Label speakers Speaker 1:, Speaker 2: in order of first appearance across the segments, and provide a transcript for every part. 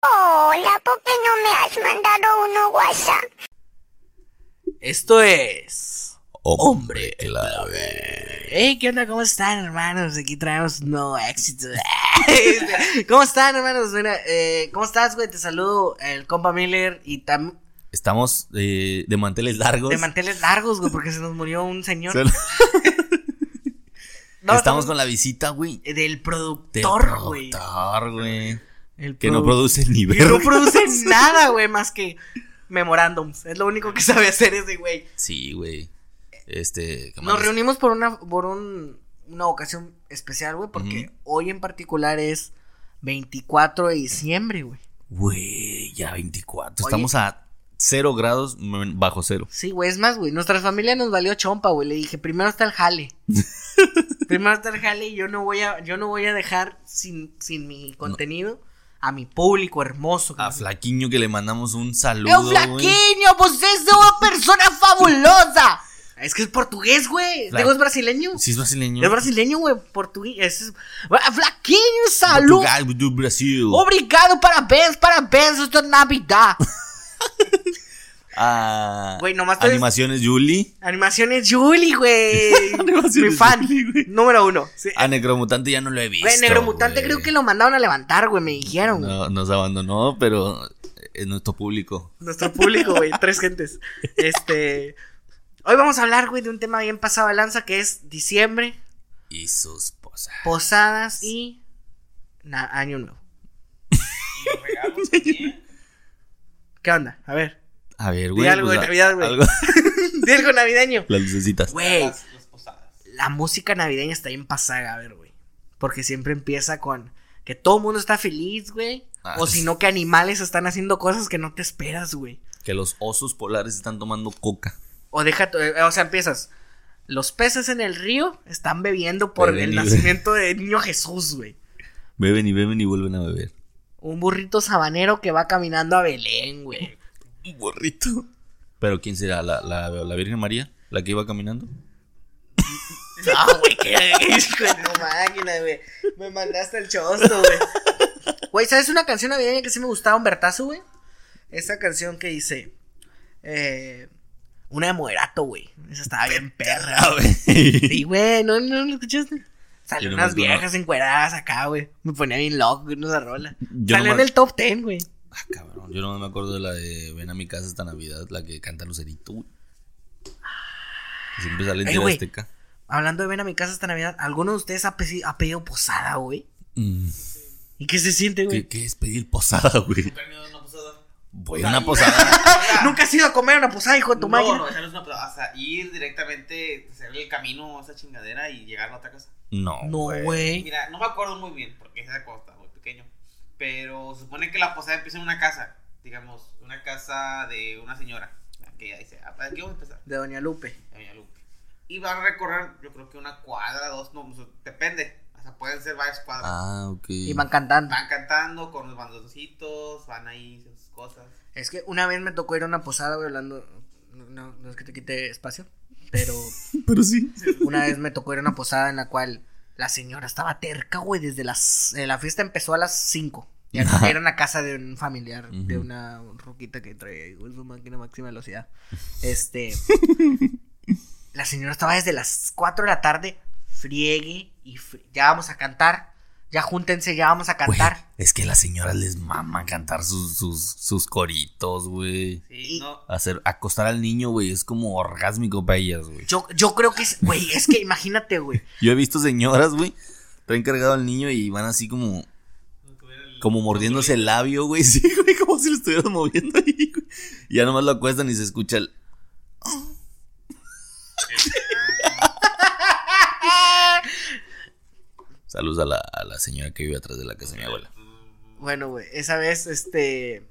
Speaker 1: Hola, ¿por qué no me has mandado uno WhatsApp?
Speaker 2: Esto es.
Speaker 3: Hombre clave.
Speaker 2: Hey, ¿qué onda? ¿Cómo están, hermanos? Aquí traemos un nuevo éxito. Este, ¿Cómo están, hermanos? Mira, eh, ¿Cómo estás, güey? Te saludo, el compa Miller y tam
Speaker 3: Estamos eh, de manteles largos.
Speaker 2: de manteles largos, güey, porque se nos murió un señor.
Speaker 3: Solo-
Speaker 2: No,
Speaker 3: Estamos con la visita, güey.
Speaker 2: Del
Speaker 3: Del
Speaker 2: productor, güey.
Speaker 3: productor, güey.
Speaker 2: El
Speaker 3: Que no
Speaker 2: produ-
Speaker 3: produce ni
Speaker 2: Que no
Speaker 3: verga.
Speaker 2: produce nada, güey, más que memorándums. Es lo único que sabe hacer ese güey.
Speaker 3: Sí, güey. Este. ¿qué
Speaker 2: Nos
Speaker 3: más?
Speaker 2: reunimos por una, por un, una ocasión especial, güey, porque hoy en particular es 24 de diciembre, güey.
Speaker 3: Güey, ya 24.
Speaker 2: Oye.
Speaker 3: Estamos a 0 grados mm, bajo cero.
Speaker 2: Sí, güey, es más, güey. Nuestra familia nos valió chompa, güey. Le dije, primero está el jale. primero está el jale y yo no voy a, yo no voy a dejar sin, sin mi contenido a mi público hermoso. que
Speaker 3: A
Speaker 2: nos-
Speaker 3: Flaquiño que le mandamos un
Speaker 2: ¡Leo
Speaker 3: saludo. Ah, güey.
Speaker 2: Flaquinho! ¡Pues es una persona fabulosa! Es que es portugués, güey.
Speaker 3: Fla-
Speaker 2: Digo, es brasileño.
Speaker 3: Sí, es brasileño.
Speaker 2: Es brasileño, güey. Portugués. Es... Flaquinho, salud.
Speaker 3: Portugal, do Brasil.
Speaker 2: Obrigado, parabéns, parabéns. Esto es Navidad.
Speaker 3: Ah,
Speaker 2: Güey, nomás estoy-
Speaker 3: Animaciones Yuli.
Speaker 2: Animaciones Julie, güey. Mi
Speaker 3: Animaciones
Speaker 2: fan.
Speaker 3: Yuli, güey.
Speaker 2: Número uno. Sí.
Speaker 3: A Necromutante ya no lo he visto.
Speaker 2: Güey, Negro Mutante
Speaker 3: güey.
Speaker 2: creo que lo mandaron a levantar, güey. Me dijeron. güey.
Speaker 3: No, nos abandonó, pero es nuestro público.
Speaker 2: Nuestro público, güey. tres gentes. Este. Hoy vamos a hablar, güey, de un tema bien pasado de lanza que es diciembre.
Speaker 3: Y sus posas.
Speaker 2: Posadas y na- Año Nuevo. ¿Qué onda? A ver.
Speaker 3: A ver,
Speaker 2: Di
Speaker 3: güey. pues,
Speaker 2: algo de
Speaker 3: a-
Speaker 2: Navidad, güey.
Speaker 3: algo-
Speaker 2: Di algo navideño.
Speaker 3: Las lucecitas.
Speaker 2: Güey, la música navideña está bien pasada, a ver, güey. Porque siempre empieza con que todo el mundo está feliz, güey.
Speaker 3: Ah,
Speaker 2: o si no, que animales están haciendo cosas que no te esperas, güey.
Speaker 3: Que los osos polares están tomando coca.
Speaker 2: O deja, tu- eh, o sea, empiezas. Los peces en el río están bebiendo por
Speaker 3: Beben
Speaker 2: el
Speaker 3: y-
Speaker 2: nacimiento del niño Jesús, güey.
Speaker 3: Beben y beben y vuelven a beber.
Speaker 2: Un burrito sabanero que va caminando a Belén, güey.
Speaker 3: Un burrito. ¿Pero quién será? ¿La, la, la Virgen María? ¿La que iba caminando?
Speaker 2: No, güey, qué hijo de tu máquina, güey. Me mandaste el chosto, güey. Güey, ¿sabes una canción navideña que sí me gustaba, Humbertazo, güey? Esa canción que dice. eh, una de moderato, güey. Esa estaba bien perra, güey. Sí, güey, ¿no, no lo escuchaste?
Speaker 3: Yo
Speaker 2: Salían
Speaker 3: nomás
Speaker 2: unas viejas encueradas acá, güey. Me ponía bien loco, güey, esa rola.
Speaker 3: Yo
Speaker 2: Salió en
Speaker 3: nomás-
Speaker 2: el top ten, güey.
Speaker 3: Ah, cabrón. Yo no me acuerdo de la de Ven a mi casa esta Navidad, la que canta Lucerito. güey. Que Siempre sale en
Speaker 2: Ay,
Speaker 3: Tele
Speaker 2: güey.
Speaker 3: Azteca.
Speaker 2: Hablando de ven a mi casa esta Navidad, ¿alguno de ustedes ha, pedi- ha pedido posada, güey?
Speaker 3: Mm.
Speaker 2: ¿Y qué se siente, güey?
Speaker 3: ¿Qué, qué es pedir posada, güey?
Speaker 4: una posada?
Speaker 3: Voy a una posada.
Speaker 2: Nunca has ido a comer una posada, hijo de tu
Speaker 4: No,
Speaker 2: máquina.
Speaker 4: no, esa no es una posada. O sea, ir directamente, pues, hacer el camino a esa chingadera y llegar a otra casa.
Speaker 3: No.
Speaker 2: No, güey.
Speaker 4: Mira, no me acuerdo muy bien, porque esa era cuando estaba muy pequeño. Pero se supone que la posada empieza en una casa. Digamos, una casa de una señora. Que ella dice, "Ah, aquí vamos a empezar.
Speaker 2: De Doña Lupe.
Speaker 4: en Villalupe. Y van a recorrer, yo creo que una cuadra, dos, no, o sea, depende. O sea, pueden ser varias cuadras.
Speaker 3: Ah, ok.
Speaker 2: Y van cantando.
Speaker 4: Van cantando con los bandoncitos, van ahí, sus cosas.
Speaker 2: Es que una vez me tocó ir a una posada, güey, hablando. No, no, no es que te quite espacio. Pero
Speaker 3: Pero sí.
Speaker 2: una vez me tocó ir a una posada en la cual la señora estaba terca, güey. Desde las. eh, la fiesta empezó a las 5. Y era era en la casa de un familiar, de
Speaker 3: Ujú.
Speaker 2: una roquita que traía ahí, güey, su máquina a máxima velocidad. Este. la señora estaba desde las 4 de la tarde, friegue y frie- Ya vamos a cantar. Ya júntense, ya vamos a cantar.
Speaker 3: es que las señoras les maman cantar sus, sus, sus coritos, güey.
Speaker 4: Sí,
Speaker 2: Y-
Speaker 4: no.
Speaker 3: Hacer, acostar al niño, güey, es como orgásmico para ellas, güey.
Speaker 2: Yo, yo creo que es, güey, es que imagínate, güey.
Speaker 3: Yo he visto señoras, güey, traen cargado al niño y van así como, como mordiéndose el labio, güey, sí, güey, como si lo estuvieran moviendo ahí, güey. Y ya nomás lo acuestan y se escucha el... Saludos a la, a la señora que vive atrás de la casa
Speaker 4: Mm,
Speaker 3: de mi abuela.
Speaker 2: Bueno, güey, esa vez, este,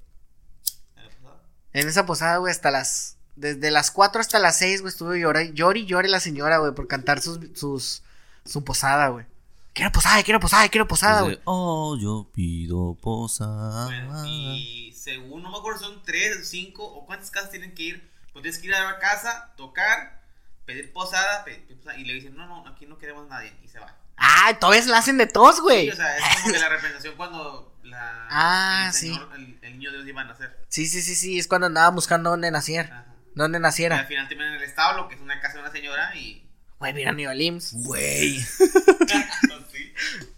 Speaker 4: ¿La posada?
Speaker 2: en esa posada, güey, hasta las, desde las 4 hasta las 6, güey, estuve llorando, llore y llore la señora, güey, por cantar sus, sus, su posada, güey. Quiero posada, quiero posada, quiero posada,
Speaker 3: Entonces,
Speaker 2: güey.
Speaker 3: oh, yo pido posada.
Speaker 4: Bueno, y según, no me acuerdo, son tres, cinco o cuántas casas tienen que ir. Pues tienes que ir a la casa, tocar, pedir posada, pe- pe- posada, y le dicen, no, no, aquí no queremos nadie, y se va.
Speaker 2: Ah, todavía se la hacen de tos,
Speaker 4: Sí,
Speaker 2: güey.
Speaker 4: o sea, es como que la representación cuando la,
Speaker 2: Ah,
Speaker 4: el
Speaker 2: sí.
Speaker 4: señor- el, el niño Dios iba a nacer.
Speaker 2: Sí, sí, sí, sí, es cuando andaba buscando dónde naciera.
Speaker 4: Ajá.
Speaker 2: Dónde
Speaker 4: Y al
Speaker 2: naciera.
Speaker 4: final terminan en el establo, que es una casa de una señora, y.
Speaker 2: Güey, mira, ni al IMSS.
Speaker 3: Güey.
Speaker 4: Sí.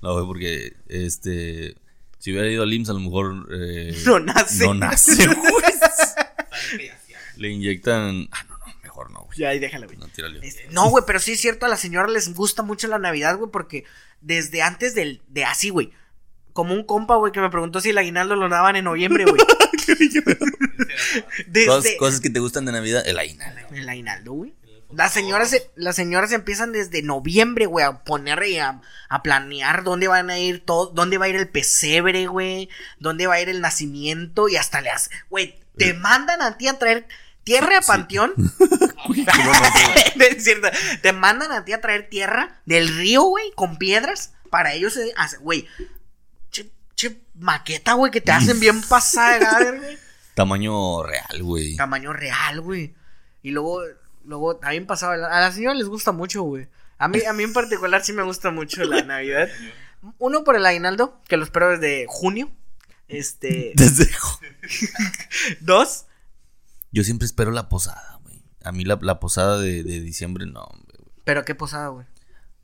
Speaker 3: No, güey, porque este. Si hubiera ido al IMSS, a lo mejor. eh,
Speaker 2: No nace.
Speaker 3: No nace, güey.
Speaker 4: Sale desgraciado.
Speaker 3: Le inyectan. Ah, no, no, mejor no, güey.
Speaker 2: Ya, ahí déjala, güey.
Speaker 3: No, tírale.
Speaker 2: Este, No, güey, pero sí es cierto, a la señora les gusta mucho la Navidad, güey, porque desde antes del, de así, güey. Como un compa, güey, que me preguntó si el aguinaldo lo daban en noviembre, güey.
Speaker 3: Cosas,
Speaker 2: Desde
Speaker 3: cosas que te gustan de Navidad, el aina.
Speaker 2: el aguinaldo, güey. Las señoras, se- las señoras empiezan desde noviembre, güey, a poner y a, a planear dónde van a ir todo, dónde va a ir el pesebre, güey, dónde va a ir el nacimiento y hasta le hacen, güey, te mandan a ti a traer tierra a panteón. Es cierto, te mandan a ti a traer tierra del río, güey, con piedras para ellos, eh, hace- güey, che, che maqueta, güey, que te hacen bien pasada, de verga, güey
Speaker 3: Tamaño real, güey.
Speaker 2: tamaño real, güey. Y luego, luego también pasaba. A las señoras les gusta mucho, güey. A mí, a mí en particular sí me gusta mucho la Navidad. Uno por el aguinaldo, que lo espero desde junio. Este.
Speaker 3: Desde.
Speaker 2: Dos.
Speaker 3: Yo siempre espero la posada, güey. A mí la, la posada de, de diciembre, no, hombre, güey.
Speaker 2: Pero qué posada, güey.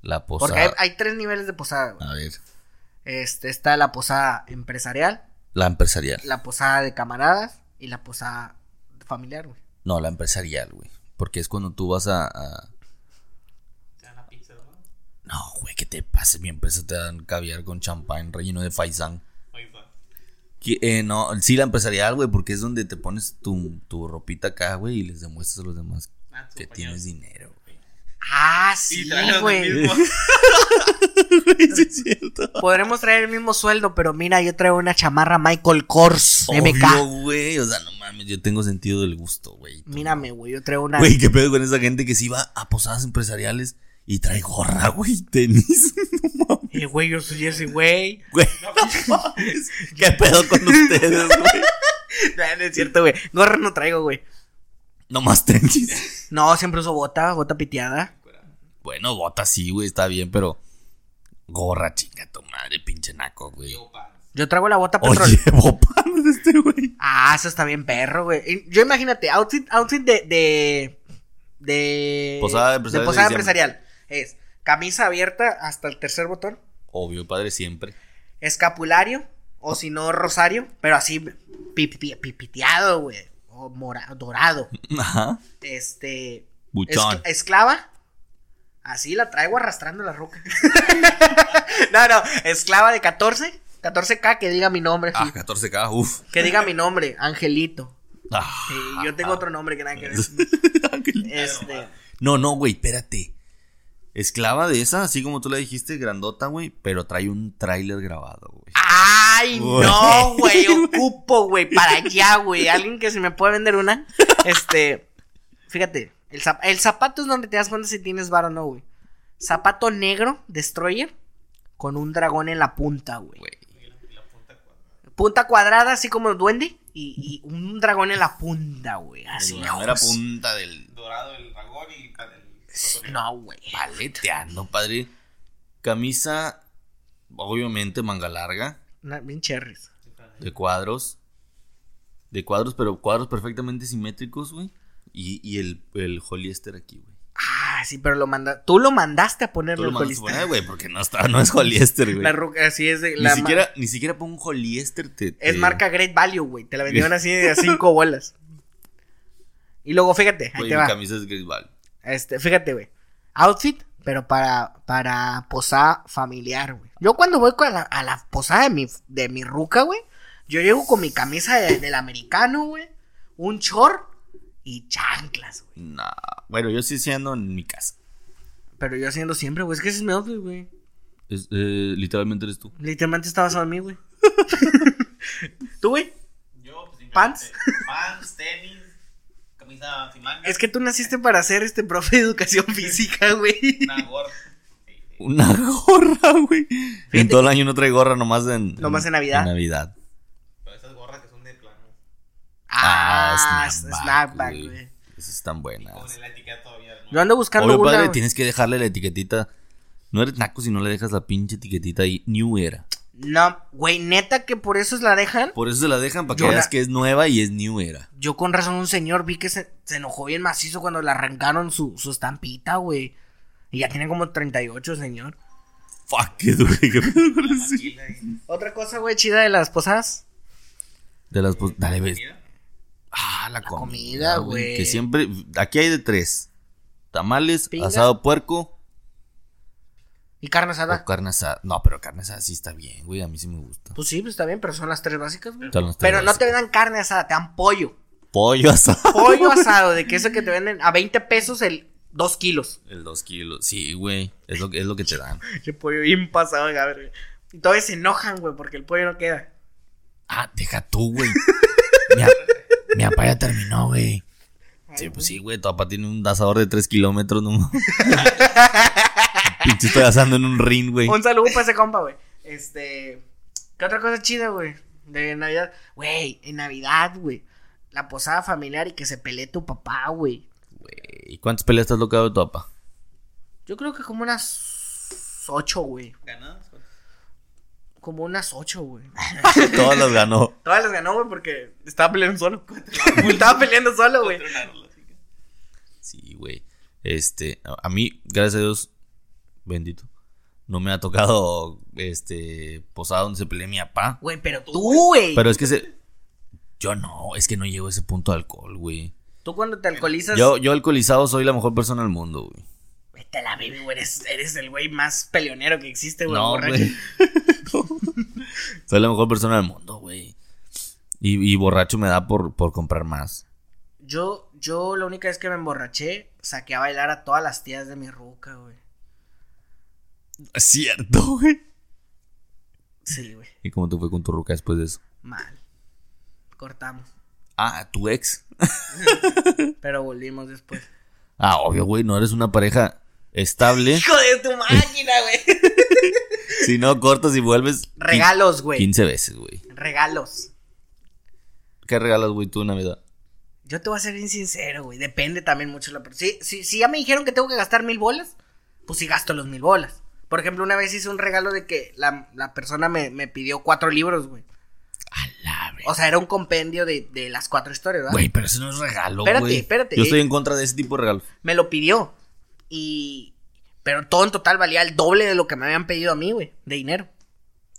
Speaker 3: La
Speaker 2: Porque
Speaker 3: posada.
Speaker 2: hay, hay tres niveles de posada, güey.
Speaker 3: A ver.
Speaker 2: Este, está la posada empresarial,
Speaker 3: La empresarial.
Speaker 2: la posada de camaradas y la posada familiar, güey.
Speaker 3: No, la empresarial, güey. Porque es cuando tú vas a. a-
Speaker 4: Te dan la pizza, ¿no?
Speaker 3: No, güey, ¿qué te pasa? Mi empresa te dan caviar con champán relleno de faisán.
Speaker 4: Ahí está.
Speaker 3: Que, eh, no, sí, la empresarial, güey, porque es donde te pones tu, tu ropita acá, güey, y les demuestras a los demás
Speaker 4: Ah, tu
Speaker 3: que
Speaker 4: pañal.
Speaker 3: tienes dinero, güey.
Speaker 2: Ah,
Speaker 4: Y
Speaker 2: sí,
Speaker 4: traen los
Speaker 2: güey.
Speaker 4: mismos.
Speaker 3: sí, es cierto.
Speaker 2: Podremos traer el mismo sueldo, pero mira, yo traigo una chamarra Michael Kors, MK.
Speaker 3: Obvio, güey. O sea, no mames, yo tengo sentido del gusto, güey. Tú-
Speaker 2: Mírame, güey, yo traigo una.
Speaker 3: Güey, qué pedo con esa gente que sí va a posadas empresariales y trae gorra, güey, tenis. No mames,
Speaker 2: Eh, güey, yo soy ese güey.
Speaker 3: güey. qué pedo con ustedes, güey.
Speaker 2: No, no es cierto, güey. Gorra no traigo, güey.
Speaker 3: Nomás tenis.
Speaker 2: No, siempre uso bota, bota piteada.
Speaker 3: Bueno, bota sí, güey, está bien, pero gorra, chinga tu madre, pinche naco, güey.
Speaker 4: Yo, pan.
Speaker 2: Yo traigo la bota
Speaker 3: O
Speaker 2: petrol.
Speaker 3: llevo pan de este, güey.
Speaker 2: Ah, eso está bien perro, güey. Y Yo imagínate, outfit, outfit de, de. de.
Speaker 3: Posada empresarial
Speaker 2: de posada
Speaker 3: de diciembre.
Speaker 2: empresarial. Es camisa abierta hasta el tercer botón.
Speaker 3: Obvio, padre, siempre.
Speaker 2: Escapulario. O si no, rosario. Pero así pi- pi- pi- piteado, güey. O mora- dorado.
Speaker 3: Ajá.
Speaker 2: Este.
Speaker 3: Buchón.
Speaker 2: Escla- esclava. Así la traigo arrastrando la roca. no, no, esclava de 14. 14K que diga mi nombre.
Speaker 3: Ah,
Speaker 2: sí.
Speaker 3: 14K, uff.
Speaker 2: Que diga mi nombre, Angelito.
Speaker 3: Ah.
Speaker 2: Sí, yo tengo otro nombre que nada que ver. Este,
Speaker 3: No, no, güey, espérate. Esclava de esa, así como tú la dijiste, grandota, güey, pero trae un tráiler grabado, güey.
Speaker 2: Ay,
Speaker 3: Güey.
Speaker 2: no, güey. Ocupo, güey, para allá, güey. Alguien que se me puede vender una. Este, fíjate, el, zap- el zapato es donde te das cuenta si tienes varo o no, güey. Zapato negro, destroyer, con un dragón en la punta, güey. punta cuadrada, así como el duende, y, y un dragón en la punta, güey. Así,
Speaker 3: la mera
Speaker 2: ojos.
Speaker 3: punta del
Speaker 4: Dorado el dragón y pan el.
Speaker 2: No, güey.
Speaker 3: paleteando, padre. Camisa, obviamente, manga larga,
Speaker 2: Una- Bien cherries.
Speaker 3: de cuadros. De cuadros, pero cuadros perfectamente simétricos, güey. Y, y el, el Hollister aquí, güey.
Speaker 2: Ah, sí, pero lo manda. Tú lo mandaste a
Speaker 3: Tú
Speaker 2: ponerlo
Speaker 3: lo
Speaker 2: en
Speaker 3: mandas a
Speaker 2: colista.
Speaker 3: poner, güey, porque no, está, no es Hollister, güey.
Speaker 2: La ruca, así es de.
Speaker 3: Ni,
Speaker 2: la ma-
Speaker 3: siquiera, ni siquiera pongo un Holliester. Te,
Speaker 2: Es
Speaker 3: te-
Speaker 2: marca Great Value, güey. Te la vendieron así de a cinco bolas. Y luego, fíjate, ahí
Speaker 3: Güey,
Speaker 2: te
Speaker 3: mi
Speaker 2: va.
Speaker 3: camisa es Grisbal.
Speaker 2: Este, fíjate, güey. Outfit, pero para, para posada familiar, güey. Yo cuando voy con la- a la posada de mi, de mi ruca, güey, yo llego con mi camisa de- del americano, güey, un short y chanclas, güey.
Speaker 3: No. Bueno, yo sí sí ando en mi casa.
Speaker 2: Pero yo haciendo siempre, güey, es que ese es mi outfit, güey.
Speaker 3: Es, eh, literalmente eres tú.
Speaker 2: Literalmente está basado en mí, güey. ¿Tú, güey?
Speaker 4: Yo, pues, simplemente,
Speaker 2: Pants.
Speaker 4: Pants, tenis, camisa sin manga.
Speaker 2: Es que tú naciste para ser este profe de educación física, güey.
Speaker 4: Una gorra. Sí, sí.
Speaker 3: Una gorra, güey. En todo el año no trae gorra, nomás en.
Speaker 2: Nomás en Navidad.
Speaker 3: En Navidad.
Speaker 4: Pero esas gorras que son de plano.
Speaker 2: Ah,
Speaker 3: snapback,
Speaker 2: snapback, güey.
Speaker 3: Esas están
Speaker 4: Con
Speaker 3: buenas.
Speaker 4: el etiqueta todavía. ¿no?
Speaker 2: Yo ando buscando
Speaker 3: Obvio,
Speaker 2: una,
Speaker 3: padre,
Speaker 2: güey.
Speaker 3: tienes que dejarle la etiquetita. No eres naco si no le dejas la pinche etiquetita ahí. New Era.
Speaker 2: No, güey, neta que por eso la dejan.
Speaker 3: Por eso se la dejan, para que
Speaker 2: Yo
Speaker 3: veas
Speaker 2: la-
Speaker 3: que es nueva y es new era.
Speaker 2: Yo con razón un señor vi que se, se enojó bien macizo cuando le arrancaron su, su estampita, güey. Y ya tiene como 38, señor.
Speaker 3: Fuck, qué duro. qué pedo con eso.
Speaker 4: Maquila y-
Speaker 2: Otra cosa, güey, chida de las posadas.
Speaker 3: De las pos- Pues, Dale, ves.
Speaker 4: Mira,
Speaker 3: Ah, la,
Speaker 2: comida, güey.
Speaker 3: Que siempre. Aquí hay de tres: tamales,
Speaker 2: Pinga.
Speaker 3: asado puerco
Speaker 2: Y carne
Speaker 3: o
Speaker 2: asada.
Speaker 3: carne asada. No, pero carne asada sí está bien, güey. A mí sí me gusta.
Speaker 2: Pues sí, pues está bien, pero son las tres básicas, güey.
Speaker 3: Son las tres
Speaker 2: Pero no te
Speaker 3: básicas.
Speaker 2: vendan carne asada, te dan pollo.
Speaker 3: Pollo asado.
Speaker 2: Pollo asado, de que eso que te venden a 20 pesos el 2 kilos.
Speaker 3: El 2 kilos. Sí, güey. Es lo, que- es lo que te dan.
Speaker 2: El pollo bien pasado, a ver, güey. Y todavía se enojan, güey, porque el pollo no queda.
Speaker 3: Ah, deja tú, güey. mi, a- mi papá ya terminó, güey. Sí, pues sí, güey. Tu papá tiene un asador de 3 kilómetros, no mames. Pinche estoy asando en un ring, güey.
Speaker 2: Un saludo para ese compa, güey. Este. ¿Qué otra cosa chida, güey? De Navidad. Güey, en Navidad, güey. La posada familiar y que se pelee tu papá, güey.
Speaker 3: ¿Y cuántas peleas te has locado de tu papá?
Speaker 2: Yo creo que como unas ocho, güey.
Speaker 4: ¿Ganadas?
Speaker 2: Como unas ocho, güey.
Speaker 3: Todas las ganó.
Speaker 2: Todas las ganó, güey, porque estaba peleando solo. estaba peleando solo, güey.
Speaker 4: Tronaron, así que-
Speaker 3: Sí, güey. Este, a a mí, gracias a Dios, bendito, no me ha tocado, este, posada donde se pelee mi papá.
Speaker 2: Güey, pero tú, güey.
Speaker 3: Pero es que se... Yo no, es que no llego a ese punto de alcohol, güey.
Speaker 2: Tú cuando te alcoholizas,
Speaker 3: Yo, yo alcoholizado soy la mejor persona del mundo, güey.
Speaker 2: vete a la baby, güey. Eres, eres el güey más peleonero que existe, güey.
Speaker 3: No,
Speaker 2: borracho.
Speaker 3: güey. soy la mejor persona del mundo, güey. Y, y borracho me da por, por comprar más.
Speaker 2: Yo, yo la única vez que me emborraché, saqué a bailar a todas las tías de mi ruca, güey.
Speaker 3: Es cierto, güey.
Speaker 2: Sí, güey.
Speaker 3: ¿Y cómo te fue con tu ruca después de eso?
Speaker 2: Mal. Cortamos.
Speaker 3: Ah, tu ex.
Speaker 2: Pero volvimos después.
Speaker 3: Ah, obvio, güey, no eres una pareja estable.
Speaker 2: ¡Hijo de tu máquina, güey!
Speaker 3: Si no cortas y vuelves. quin-
Speaker 2: Regalos, güey.
Speaker 3: 15 veces, güey.
Speaker 2: Regalos.
Speaker 3: ¿Qué regalas, güey, tú en Navidad?
Speaker 2: Yo te voy a ser bien sincero, güey. Depende también mucho de la persona. Si, si, si ya me dijeron que tengo que gastar mil bolas, pues sí gasto los mil bolas. Por ejemplo, una vez hice un regalo de que la, la persona me, me pidió cuatro libros, güey. O sea, era un compendio de, de las cuatro historias, ¿verdad?
Speaker 3: Güey, pero eso no es regalo, güey.
Speaker 2: Espérate, espérate. eh.
Speaker 3: Yo estoy en contra de ese tipo de regalos.
Speaker 2: Me lo pidió. Y. Pero todo en total valía el doble de lo que me habían pedido a mí, güey. De dinero.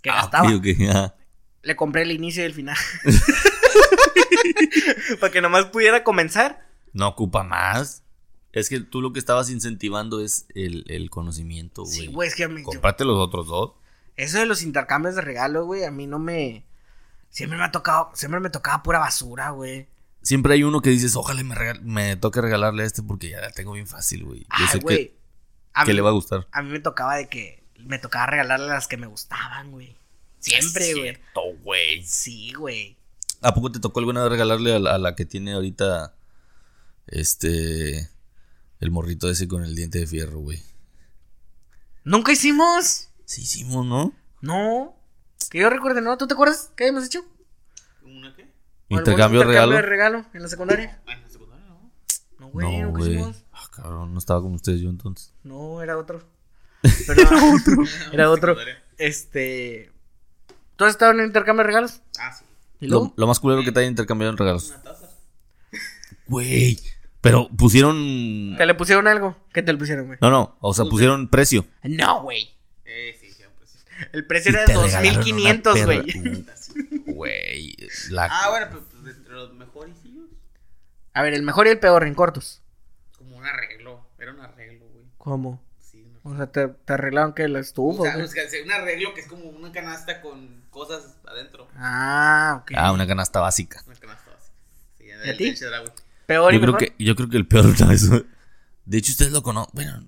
Speaker 2: Que
Speaker 3: Ah,
Speaker 2: gastaba.
Speaker 3: ok, ok, ajá.
Speaker 2: Le compré el inicio y el final. Para que nomás pudiera comenzar.
Speaker 3: No ocupa más. Es que tú lo que estabas incentivando es el, el conocimiento, güey.
Speaker 2: Sí, güey, es que a mí. yo-
Speaker 3: Comparte los otros dos.
Speaker 2: eso de los intercambios de regalos, güey, a mí no me. Siempre me ha tocado. Siempre me tocaba pura basura, güey.
Speaker 3: Siempre hay uno que dices, ojalá me, regal- me toque regalarle a este porque ya la tengo bien fácil, güey. Yo
Speaker 2: Ay,
Speaker 3: sé
Speaker 2: güey.
Speaker 3: que,
Speaker 2: A
Speaker 3: que
Speaker 2: mí-
Speaker 3: le va a gustar.
Speaker 2: a mí me tocaba de que. Me tocaba regalarle las que me gustaban, güey. Siempre,
Speaker 3: Es
Speaker 2: güey.
Speaker 3: cierto, güey.
Speaker 2: Sí, güey.
Speaker 3: ¿A poco te tocó alguna vez regalarle a la, a la que tiene ahorita este el morrito ese con el diente de fierro, güey?
Speaker 2: ¿Nunca hicimos?
Speaker 3: Sí hicimos, ¿no?
Speaker 2: No. Que yo recuerde, ¿no? ¿Tú te acuerdas qué habíamos hecho?
Speaker 4: ¿Una qué?
Speaker 2: ¿O algún
Speaker 3: Intercambio de regalo.
Speaker 2: de regalo en la secundaria?
Speaker 4: Ah, en la secundaria, ¿no?
Speaker 2: No, güey,
Speaker 3: No,
Speaker 2: nunca
Speaker 3: güey.
Speaker 2: hicimos.
Speaker 3: Ah, cabrón, no estaba con ustedes yo entonces.
Speaker 2: No, era otro. Pero era otro. Era otro.
Speaker 4: Secundaria.
Speaker 2: Este. ¿Tú has estado en un intercambio de regalos?
Speaker 4: Ah, sí.
Speaker 2: ¿Y
Speaker 3: Lo,
Speaker 2: luego?
Speaker 3: lo más culero que te hayan intercambiado en regalos.
Speaker 4: Una taza.
Speaker 3: Güey, pero pusieron...
Speaker 2: ¿Que le pusieron algo? ¿Qué te le pusieron, güey?
Speaker 3: No, no, o sea, pusieron precio.
Speaker 2: No, güey.
Speaker 4: Eh, sí, siempre. sí.
Speaker 2: El precio
Speaker 3: Y
Speaker 2: era
Speaker 3: te
Speaker 2: de
Speaker 3: regalaron
Speaker 2: 2500,
Speaker 3: una
Speaker 2: güey.
Speaker 3: perra- Uh, Güey, la...
Speaker 4: Ah, bueno, pero pues, entre los mejorecillos,
Speaker 2: A ver, el mejor y el peor en cortos.
Speaker 4: como un arreglo. Era un arreglo, güey.
Speaker 2: ¿Cómo?
Speaker 4: Sí, un
Speaker 2: O sea, te, te arreglaron que la estufa,
Speaker 4: O sea,
Speaker 2: güey.
Speaker 4: o sea, un arreglo que es como una canasta con cosas adentro.
Speaker 2: Ah, ok.
Speaker 3: Ah, una canasta básica.
Speaker 4: Una canasta básica. Sí,
Speaker 2: ¿Y a
Speaker 4: del
Speaker 2: ti?
Speaker 4: leche dragón.
Speaker 2: Peor y
Speaker 3: Yo creo,
Speaker 2: mejor.
Speaker 3: que, yo creo que el peor una vez- De hecho, ustedes lo conocen. Bueno,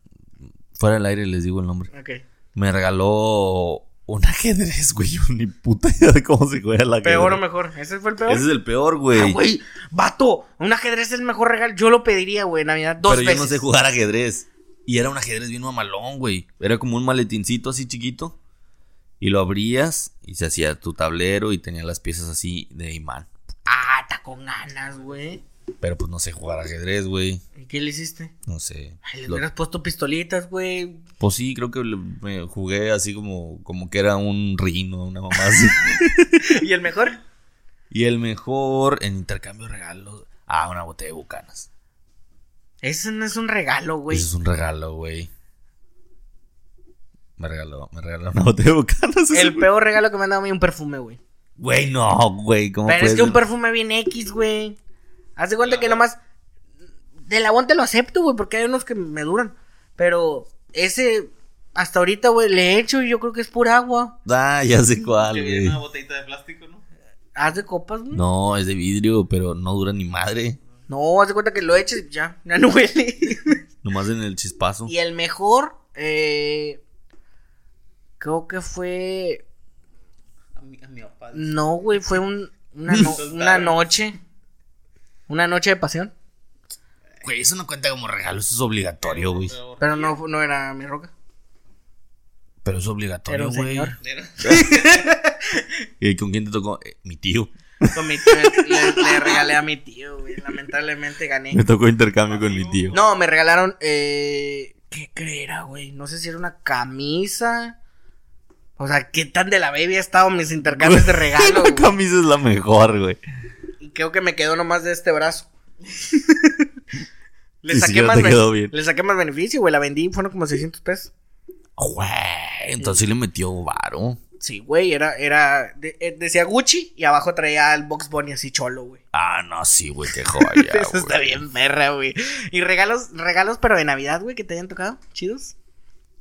Speaker 3: fuera del aire les digo el nombre.
Speaker 2: Ok.
Speaker 3: Me regaló un ajedrez, güey. Yo ni puta idea de cómo se juega el ajedrez.
Speaker 2: Peor o mejor. Ese fue el peor.
Speaker 3: Ese es el peor,
Speaker 2: Ah,
Speaker 3: güey.
Speaker 2: güey, vato, un ajedrez es el mejor regalo. Yo lo pediría, güey, en Navidad dos
Speaker 3: Pero yo
Speaker 2: veces.
Speaker 3: no sé jugar ajedrez. Y era un ajedrez bien mamalón, güey. Era como un maletincito así chiquito. Y lo abrías y se hacía tu tablero y tenía las piezas así de imán.
Speaker 2: Ah, está con ganas, güey.
Speaker 3: Pero pues no sé jugar ajedrez, güey.
Speaker 2: ¿Y qué le hiciste?
Speaker 3: No sé.
Speaker 2: Ay, le
Speaker 3: Lo-
Speaker 2: hubieras puesto pistolitas, güey.
Speaker 3: pues sí, creo que le- me jugué así como, como que era un rino, una mamá así.
Speaker 2: ¿Y el mejor?
Speaker 3: y el mejor en intercambio de regalos. Ah, una botella de bucanas.
Speaker 2: Eso no es un regalo, güey.
Speaker 3: Eso es un regalo, güey. Me regaló, me regaló una botella de bucanas. ese
Speaker 2: El
Speaker 3: güey.
Speaker 2: peor regalo que me han dado a mí un perfume, güey.
Speaker 3: Güey, no, güey. ¿cómo
Speaker 2: Pero
Speaker 3: puedes
Speaker 2: es que un
Speaker 3: ser?
Speaker 2: perfume bien X, güey. Haz de cuenta que nomás. De la te lo acepto, güey, porque hay unos que me duran. Pero ese, hasta ahorita, güey, le he hecho y yo creo que es pura agua.
Speaker 3: Ah, ya sé cuál,
Speaker 4: Que
Speaker 3: güey.
Speaker 4: viene una botellita de plástico, ¿no?
Speaker 2: Haz de copas, güey. No.
Speaker 3: No, es de vidrio, pero no dura ni madre.
Speaker 2: haz de cuenta que lo eches y ya, ya no huele.
Speaker 3: Nomás en el chispazo.
Speaker 2: y el mejor, eh. Creo que fue.
Speaker 4: A mi, a mi papá.
Speaker 2: No, güey, fue un, una, no- una noche. Una noche de pasión.
Speaker 3: Güey, eso no cuenta como regalo, eso es obligatorio, güey.
Speaker 4: Pero-
Speaker 2: Pero no, fu- no era mi roca.
Speaker 3: Pero es
Speaker 2: Era
Speaker 3: obligatorio,
Speaker 2: un
Speaker 3: güey.
Speaker 2: señor.
Speaker 4: Era-
Speaker 3: ¿Y con quién te tocó? Eh, mi tío.
Speaker 2: Con mi tío, le, le regalé a mi tío, güey. Lamentablemente gané.
Speaker 3: Me tocó intercambio con mi tío.
Speaker 2: No, me regalaron. Eh, ¿Qué creerá, güey? No sé si era una camisa. O sea, ¿qué tan de la baby ha estado mis intercambios de regalo?
Speaker 3: La
Speaker 2: güey?
Speaker 3: camisa es la mejor, güey.
Speaker 2: Y creo que me quedó nomás de este brazo. le,
Speaker 3: Ni
Speaker 2: saqué
Speaker 3: siquiera
Speaker 2: más
Speaker 3: te
Speaker 2: ben-
Speaker 3: quedó bien.
Speaker 2: le saqué más beneficio, güey. La vendí, fueron como 600 pesos.
Speaker 3: Güey, entonces sí le metió varo.
Speaker 2: Sí, güey, era, era, de- eh, decía Gucci y abajo traía el Box Bunny así cholo, güey.
Speaker 3: Ah, no, sí, güey, qué joya,
Speaker 2: Eso está
Speaker 3: Ah, güey.
Speaker 2: bien perra, güey. Y regalos, regalos, pero de Navidad, güey, que te hayan tocado, chidos.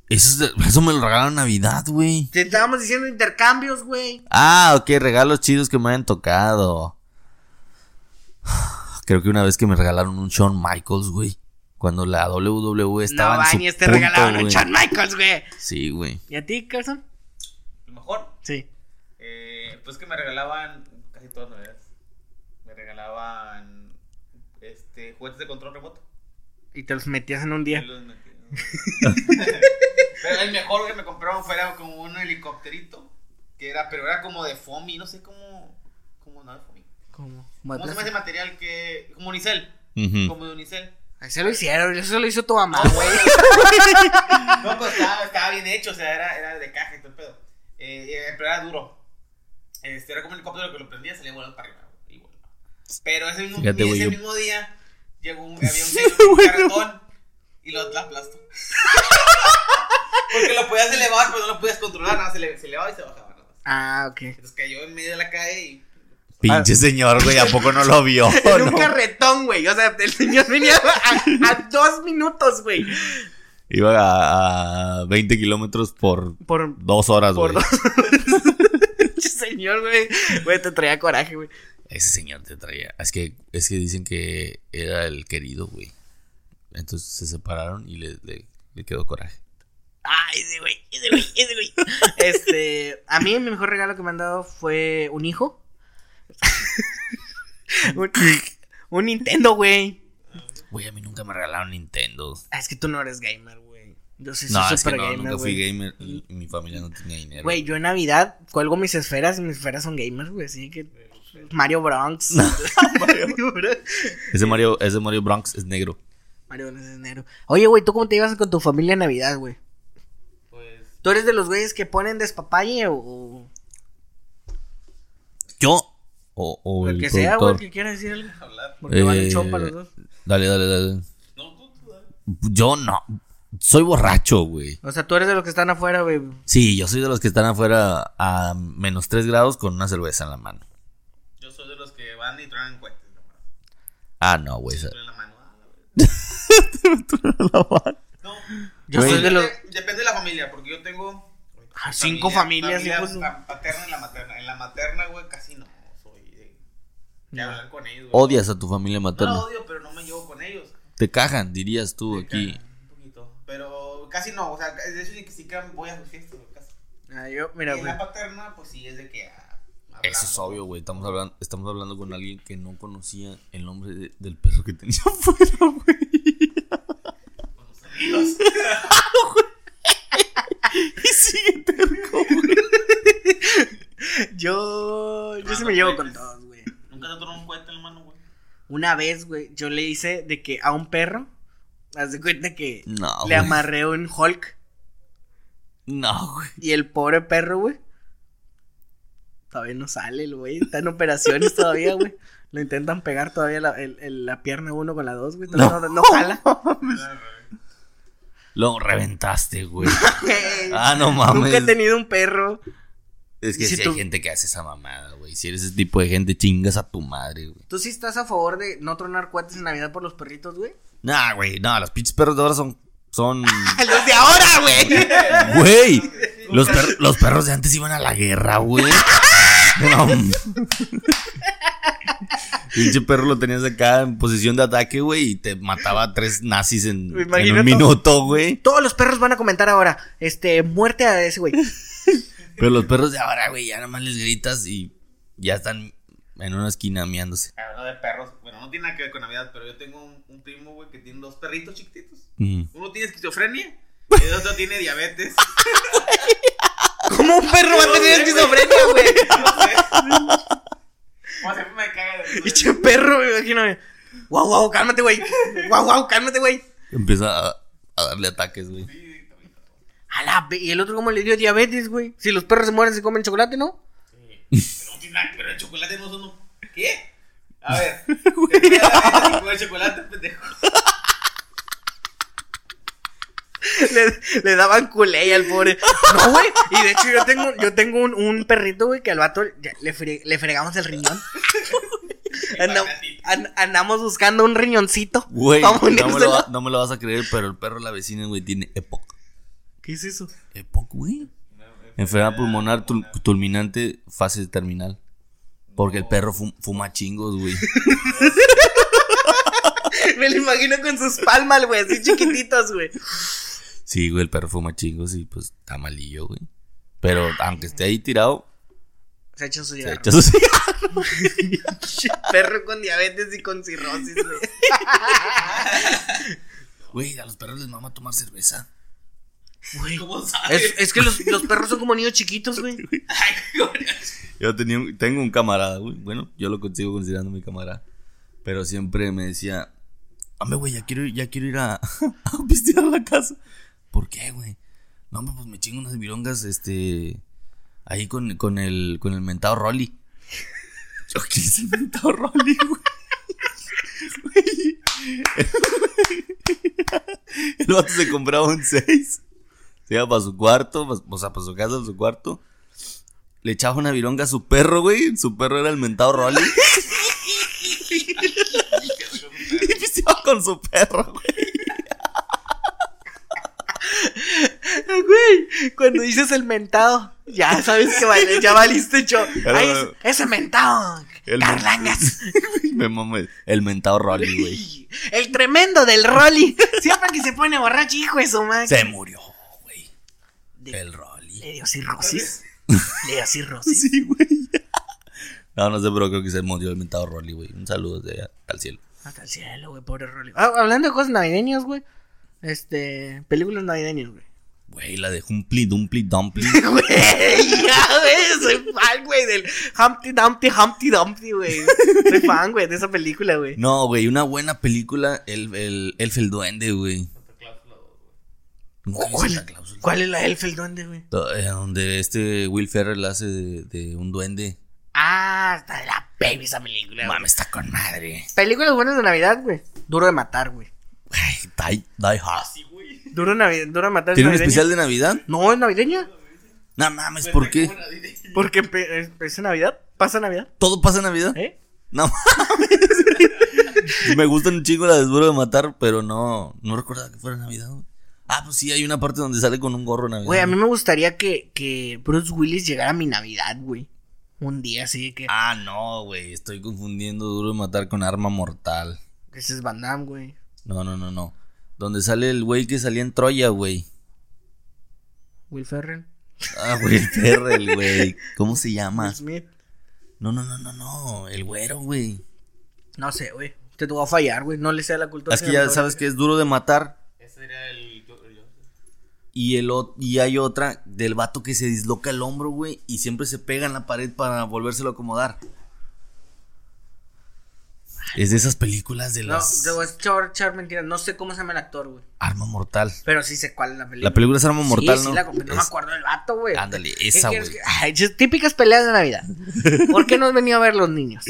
Speaker 3: Eso, es de- eso me lo regalaron en Navidad, güey.
Speaker 2: Te estábamos diciendo intercambios, güey.
Speaker 3: Ah, ok, regalos chidos que me hayan tocado. Creo que una vez que me regalaron un Shawn Michaels, güey. Cuando la WWE estaba
Speaker 2: No,
Speaker 3: en su
Speaker 2: Bañes te
Speaker 3: punto,
Speaker 2: regalaban un
Speaker 3: güey.
Speaker 2: Shawn Michaels, güey.
Speaker 3: Sí, güey.
Speaker 2: ¿Y a ti, Carson?
Speaker 4: Lo mejor.
Speaker 2: Sí.
Speaker 4: Eh, pues que me regalaban casi todas navidades. Me regalaban este juguetes de control remoto.
Speaker 2: Y te los metías en un día.
Speaker 4: Los metí- pero el mejor que me compraron fuera como un helicópterito. Que era, pero era como de foamy, no sé cómo. Como no de foamy.
Speaker 2: ¿Cómo?
Speaker 4: ¿Cómo se llama ese material que. como unicel?
Speaker 3: Ujú.
Speaker 4: Como de unicel.
Speaker 2: Se lo hicieron, eso lo hizo tu mamá, güey.
Speaker 4: No, pues estaba, estaba bien hecho, o sea, era, era de caja y todo el pedo. Eh, eh, pero era duro. Este, era como un helicóptero que lo prendía y salía volando para arriba. güey, y volaba. Pero ese mismo,
Speaker 3: Fíjate, güey,
Speaker 4: ese
Speaker 3: yo-
Speaker 4: mismo día llegó un, había un, señor con un cartón y lo lo aplastó. Porque lo podías elevar, pero no lo podías controlar, nada, se, le- se elevaba y se bajaba. nada más.
Speaker 2: Ah, ok.
Speaker 4: Entonces cayó en medio de la calle y.
Speaker 3: Pinche señor, güey, ¿a poco no lo vio?
Speaker 2: Ah. En un
Speaker 3: No.
Speaker 2: carretón, güey. O sea, el señor venía a, a dos minutos, güey.
Speaker 3: Iba a, a 20 kilómetros por
Speaker 2: Por,
Speaker 3: dos horas,
Speaker 2: por
Speaker 3: güey.
Speaker 2: dos. señor, güey. Güey, te traía coraje, güey.
Speaker 3: Ese señor te traía. Es que, es que dicen que era el querido, güey. Entonces se separaron y le, le- le quedó coraje.
Speaker 2: Ay, ese güey, ese güey, ese güey. Este, a mí mi mejor regalo que me han dado fue un hijo. un, un Nintendo, güey.
Speaker 3: Güey, a mí nunca me regalaron Nintendo.
Speaker 2: Ah, Es que tú no eres gamer, güey. Yo sí soy
Speaker 3: No,
Speaker 2: super
Speaker 3: es que no,
Speaker 2: gamer,
Speaker 3: nunca fui
Speaker 2: güey.
Speaker 3: gamer y y mi familia no tenía dinero.
Speaker 2: Güey, yo en Navidad cuelgo mis esferas y mis esferas son gamers, güey. Así que Mario Bronx. Mario Bronx.
Speaker 3: Ese Mario, ese Mario Bronx es negro.
Speaker 2: Mario Bronx es negro. Oye, güey, ¿tú cómo te ibas con tu familia en Navidad, güey?
Speaker 4: Pues.
Speaker 2: ¿Tú eres de los güeyes que ponen despapalle o- o...?
Speaker 3: Yo o, o
Speaker 2: El
Speaker 3: el,
Speaker 2: que sea, güey, el
Speaker 3: productor.
Speaker 2: que quiera decir algo.
Speaker 4: Hablar.
Speaker 2: Porque vale
Speaker 3: Eh,
Speaker 2: chompa los dos.
Speaker 3: Dale, dale, dale.
Speaker 4: No, tú, tú, dale.
Speaker 3: Yo no. Soy borracho, güey.
Speaker 2: O sea, tú eres de los que están afuera, güey.
Speaker 3: Sí, yo soy de los que están afuera a menos 3 grados con una cerveza en la mano.
Speaker 4: Yo soy de los que van y traen cohetes nomás.
Speaker 3: Ah, no, güey. esa-
Speaker 4: Tú en la mano. ah, la verga. No.
Speaker 2: Yo
Speaker 3: Güey.
Speaker 2: soy de los.
Speaker 4: Depende- Depende de la familia, porque yo tengo.
Speaker 2: Ah, cinco familias,
Speaker 4: familia
Speaker 2: hijos de-
Speaker 4: pa- paterna y la materna. En la materna, güey, casi no. Soy de. de
Speaker 2: No.
Speaker 4: hablar con ellos. güey.
Speaker 3: Odias a tu familia
Speaker 4: No la
Speaker 3: materna.
Speaker 4: odio, pero no me llevo con ellos.
Speaker 3: Te cajan, dirías tú aquí.
Speaker 4: Un poquito. Pero casi no. O sea, de hecho, ni que siquiera voy a sus fiestas, güey, casi.
Speaker 2: Ah, yo,
Speaker 4: Y
Speaker 2: mira,
Speaker 4: en
Speaker 2: güey.
Speaker 4: la paterna, pues sí, es de que. ah,
Speaker 3: Eso es
Speaker 4: hablando.
Speaker 3: obvio, güey. Estamos hablando, estamos hablando con alguien que no conocía el nombre de- del perro que tenía afuera, güey.
Speaker 4: Con los amigos.
Speaker 3: Y sigue terco, güey.
Speaker 2: Yo. Yo
Speaker 4: Ah,
Speaker 2: sí
Speaker 4: no
Speaker 2: me llevo
Speaker 4: juegues.
Speaker 2: con todos, güey.
Speaker 4: Nunca te tronó un cohete en la mano, güey.
Speaker 2: Una vez, güey, yo le hice de que a un perro, haz de cuenta que
Speaker 3: No,
Speaker 2: le
Speaker 3: güey.
Speaker 2: amarré un Hulk
Speaker 3: No, güey.
Speaker 2: y el pobre perro, güey. Todavía no sale el güey, está en operaciones todavía, güey. Lo intentan pegar todavía la, el- el- la pierna uno con la dos, güey. No, no, no jala.
Speaker 3: Lo reventaste, güey. Ah, no mames.
Speaker 2: Nunca he tenido un perro.
Speaker 3: Es que
Speaker 2: Y si
Speaker 3: si
Speaker 2: tú-
Speaker 3: hay gente que hace esa mamada, güey. Si eres ese tipo de gente, chingas a tu madre, güey.
Speaker 2: ¿Tú sí estás a favor de no tronar cohetes en Navidad por los perritos, güey?
Speaker 3: Nah, güey, no, los pinches perros de ahora son. Son.
Speaker 2: ¡Los de ahora, güey!
Speaker 3: Güey. Los, per- los perros de antes iban a la guerra, güey. No. Pinche perro lo tenías acá en posición de ataque, güey, y te mataba a tres nazis en,
Speaker 2: Me
Speaker 3: en
Speaker 2: imagino
Speaker 3: un
Speaker 2: todo.
Speaker 3: minuto, güey.
Speaker 2: Todos los perros van a comentar ahora, este, muerte a ese güey.
Speaker 3: Pero los perros de ahora, güey, ya nada más les gritas y ya están en una esquina miándose.
Speaker 4: Hablando de perros, bueno, no tiene nada que ver con Navidad, pero yo tengo un, un primo, güey, que tiene dos perritos chiquititos.
Speaker 3: Mm.
Speaker 4: Uno tiene esquizofrenia y el otro tiene diabetes.
Speaker 2: ¿Cómo un perro va a tener esquizofrenia, güey?
Speaker 4: No sé. O sea, me caga de
Speaker 2: Pinche perro, me imagino. güey. Guau, guau, cálmate, güey. Guau, guau, cálmate, güey.
Speaker 3: Empieza a, a darle ataques, güey.
Speaker 2: A la ve- ¿Y el otro cómo le dio diabetes, güey? Si los perros se mueren, se comen chocolate, ¿no?
Speaker 4: Pero no tiene nada que ver el chocolate, no son un- ¿Qué? A ver. ¿te voy a dar el chocolate, pendejo?
Speaker 2: Le, le daban culé al pobre. No, güey. Y de hecho, yo tengo, yo tengo un, un perrito, güey, que al vato ya le, fre- le fregamos el riñón. Andam- an- andamos buscando un riñoncito.
Speaker 3: Güey,
Speaker 2: Pa'
Speaker 3: no, me lo
Speaker 2: ponérselo.
Speaker 3: va- no me lo vas a creer, pero el perro de la vecina, güey, tiene EPOC.
Speaker 2: ¿Qué es eso?
Speaker 3: EPOC, güey. Enfermedad pulmonar tul- fulminante fase terminal. Porque el perro fu- fuma chingos, güey.
Speaker 2: Me lo imagino con sus palmas, güey, así chiquititos, güey.
Speaker 3: Sí, güey, el perro fuma chingos y pues está malillo, güey. Pero aunque esté ahí tirado,
Speaker 2: Se ha hecho su
Speaker 3: se
Speaker 2: cigarro.
Speaker 3: echa su
Speaker 2: Perro con diabetes y con cirrosis, güey.
Speaker 3: Güey, a los perros les mama tomar cerveza.
Speaker 2: Güey.
Speaker 4: ¿Cómo sabes?
Speaker 2: Es, es que los, los perros son como niños chiquitos, güey.
Speaker 3: Yo tenía un- tengo un camarada, güey. Bueno, yo lo consigo considerando mi camarada. Pero siempre me decía, hombre, güey, ya quiero, ir- ya quiero ir a, a pistear a la casa. ¿Por qué, güey? No, hombre, pues me chingo unas virongas, este, ahí con, con el, con el mentado Rolly. Yo, ¿qué es el mentado Rolly, güey? Güey. El vato se compraba un 6. Se iba para su cuarto, pa- o sea, para su casa, para su cuarto. Le echaba una vironga a su perro, güey. Su perro era el mentado Rolly. y pisteaba con su perro, güey.
Speaker 2: Güey, cuando dices el mentado, ya sabes que vale, ya valiste yo. Ay, ese, ese mentado.
Speaker 3: El men-
Speaker 2: Carlangas.
Speaker 3: Me mames. El mentado Rolly, güey.
Speaker 2: El tremendo del Rolly. Siempre que se pone borracho, hijo de su madre.
Speaker 3: Se murió, güey.
Speaker 2: De-
Speaker 3: El Rolly.
Speaker 2: Le dio cirrosis. Le dio cirrosis.
Speaker 3: Sí, güey. No, no sé, pero creo que se murió el mentado Rolly, güey. Un saludo desde allá al cielo.
Speaker 2: Hasta el cielo, güey, pobre Rolly. Ah, hablando de cosas navideñas, güey. Este, películas navideñas, güey.
Speaker 3: Güey, la de Humpli Dumpli Dumpli.
Speaker 2: Güey, ya, güey, soy fan, güey, del Humpty Dumpty, Humpty Dumpty, güey. Soy fan, güey, de esa película, güey.
Speaker 3: No, güey, una buena película. El, el, Elf el Duende, güey. No, Santa Claus, el
Speaker 2: ¿Cuál es la elfa, el duende, güey?
Speaker 3: Do- eh, Donde este Will Ferrell hace de, de un duende.
Speaker 2: Ah, está de la baby esa película, güey.
Speaker 3: Mami, está con madre.
Speaker 2: Películas buenas de Navidad, güey. Duro de matar, güey.
Speaker 3: Ay, die, Die Hard.
Speaker 2: Duro de Navidad, duro de matar. es
Speaker 3: ¿Tiene un
Speaker 2: navideña.
Speaker 3: especial de Navidad?
Speaker 2: No, es navideña.
Speaker 3: No mames, ¿por qué?
Speaker 2: Pues, Porque empe- es Navidad, pasa Navidad,
Speaker 3: ¿Todo pasa en Navidad?
Speaker 2: ¿eh?
Speaker 3: No mames. Me gustan un chingo las de Duro de Matar, pero no, no recordaba que fuera Navidad. güey. Ah, pues sí, hay una parte donde sale con un gorro de Navidad.
Speaker 2: Güey, a mí me gustaría que, que Bruce Willis llegara a mi Navidad, güey. Un día así de que.
Speaker 3: Ah, no, güey, estoy confundiendo Duro de Matar con Arma Mortal.
Speaker 2: Ese es Van Damme, güey.
Speaker 3: No, no, no, no. Donde sale el güey que salía en Troya, güey.
Speaker 2: Will Ferrell.
Speaker 3: Ah, güey, el Ferrell, güey. ¿Cómo se llama?
Speaker 2: Will Smith.
Speaker 3: No, no, no, no, no. El güero, güey.
Speaker 2: No sé, güey. Te voy a fallar, güey. No le sea la cultura.
Speaker 3: Es que ya sabes que es duro de matar.
Speaker 4: Ese era el. yo- yo-
Speaker 3: Y, el, ot- y hay otra del vato que se disloca el hombro, güey. Y siempre se pega en la pared para volvérselo a acomodar. Es de esas películas de
Speaker 2: No,
Speaker 3: las.
Speaker 2: te voy a echar, echar mentiras. No sé cómo se llama el actor, güey.
Speaker 3: Arma Mortal.
Speaker 2: Pero sí sé cuál es la película.
Speaker 3: La película es Arma
Speaker 2: Sí,
Speaker 3: Mortal,
Speaker 2: sí,
Speaker 3: ¿no?
Speaker 2: la compré, no me
Speaker 3: Es-
Speaker 2: acuerdo del vato, güey.
Speaker 3: Ándale,
Speaker 2: ¿Qué
Speaker 3: esa,
Speaker 2: quieres
Speaker 3: güey.
Speaker 2: que- Ay, esas típicas peleas de Navidad. ¿Por qué no has venido a ver los niños?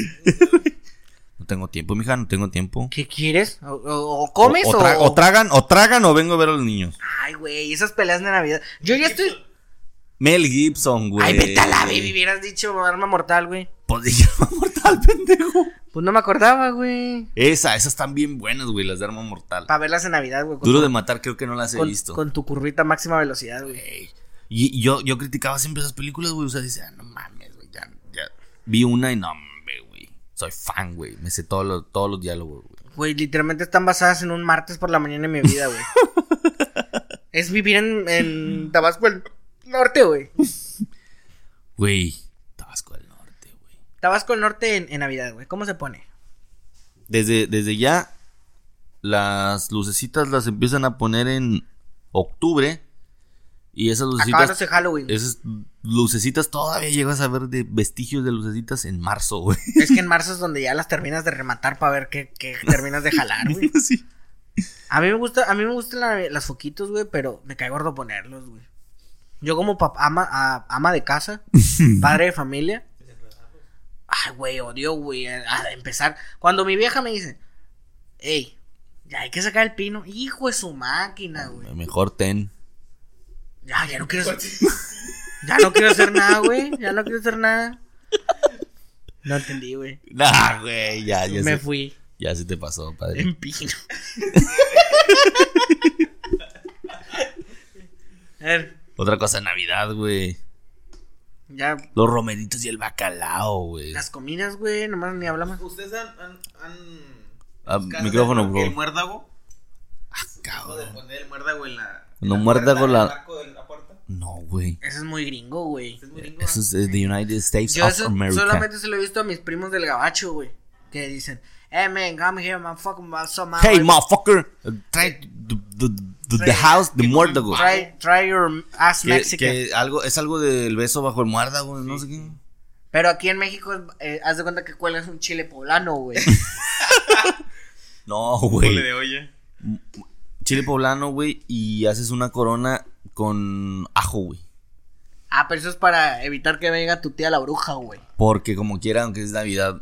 Speaker 3: No tengo tiempo, mija, no tengo tiempo.
Speaker 2: ¿Qué quieres? ¿O, o- o comes
Speaker 3: o,
Speaker 2: o,
Speaker 3: o tra- o tragan, o tragan o vengo a ver a los niños.
Speaker 2: Ay, güey, esas peleas de Navidad. Yo ya estoy.
Speaker 3: Mel Gibson, güey.
Speaker 2: Ay, vete a la baby, hubieras dicho arma mortal, güey.
Speaker 3: Pues dije Arma Mortal, pendejo.
Speaker 2: Pues no me acordaba, güey.
Speaker 3: Esa, esas están bien buenas, güey, las de Arma Mortal.
Speaker 2: Para verlas en Navidad, güey. con
Speaker 3: Duro
Speaker 2: tu-
Speaker 3: de matar, creo que no las he
Speaker 2: con,
Speaker 3: visto.
Speaker 2: con tu currita máxima velocidad, güey.
Speaker 3: Ey, Y y yo, yo criticaba siempre esas películas, güey. O sea, decía, no mames, güey. Ya, ya. Vi una y no, hombre, güey. Soy fan, güey. Me sé todos los, todos los diálogos, güey.
Speaker 2: Güey, literalmente están basadas en un martes por la mañana en mi vida, güey. es vivir en, en Tabasco el norte, güey.
Speaker 3: Güey, Tabasco del Norte, güey.
Speaker 2: Tabasco el norte en, en Navidad, güey. ¿Cómo se pone?
Speaker 3: Desde, desde ya, las lucecitas las empiezan a poner en octubre. Y esas lucecitas.
Speaker 2: Acabándose Halloween. Es...
Speaker 3: Esas lucecitas todavía llegas a ver de vestigios de lucecitas en marzo, güey.
Speaker 2: que en marzo es donde ya las terminas de rematar para ver qué, qué terminas de jalar, güey.
Speaker 3: Sí.
Speaker 2: A mí me gusta, a mí me gustan la- las foquitos, güey, pero me cae gordo ponerlos, güey. Yo como pap- ama, a- ama de casa, padre de familia. Ay, güey, odio, güey, a, a empezar. Cuando mi vieja me dice, hey, ya hay que sacar el pino. Hijo de su máquina, güey.
Speaker 3: Mejor ten.
Speaker 2: Ya, ya no quiero Ya no quiero hacer nada, güey. Ya no quiero hacer nada. No entendí, güey.
Speaker 3: Nah, güey, ya, ya.
Speaker 2: Me
Speaker 3: se,
Speaker 2: fui Em.
Speaker 3: ya se te pasó, padre.
Speaker 2: en pino. a ver,
Speaker 3: Otra cosa de Navidad, güey.
Speaker 2: ya
Speaker 3: Los romeritos y el bacalao, güey.
Speaker 2: Las comidas, güey, nomás ni hablamos.
Speaker 4: ¿Ustedes han. han, han-
Speaker 3: Ah,
Speaker 4: buscado
Speaker 3: micrófono,
Speaker 4: el-
Speaker 3: por favor. Ah,
Speaker 4: El muérdago. Lo de
Speaker 3: Cabrón.
Speaker 4: poner el muérdago en la. en
Speaker 3: No,
Speaker 4: la
Speaker 3: muérdago
Speaker 4: puerta,
Speaker 3: la-
Speaker 4: en el arco de la puerta.
Speaker 3: No, güey.
Speaker 2: Eso es muy gringo, güey.
Speaker 4: Es muy gringo,
Speaker 3: Eso
Speaker 4: ¿eh?
Speaker 3: es de The United States
Speaker 2: Yo
Speaker 3: of
Speaker 2: eso
Speaker 3: America.
Speaker 2: solamente se lo he visto a mis primos del gabacho, güey. Que dicen, eh, man, come here, man, fuck, man, so man.
Speaker 3: Hey, motherfucker. uh, Try the, the, the- the house, the muérdago.
Speaker 2: Try, try your ass
Speaker 3: Que,
Speaker 2: Mexican.
Speaker 3: que algo, es algo del beso bajo el muérdago, no sé qué.
Speaker 2: Pero aquí en México, eh, haz de cuenta que cuelgas un chile poblano, güey.
Speaker 3: No,
Speaker 4: Mole
Speaker 3: güey.
Speaker 4: de olla.
Speaker 3: Chile poblano, güey. Y haces una corona con ajo, güey.
Speaker 2: ah, pero eso es para evitar que venga tu tía la bruja, güey.
Speaker 3: Porque como quiera, aunque es Navidad,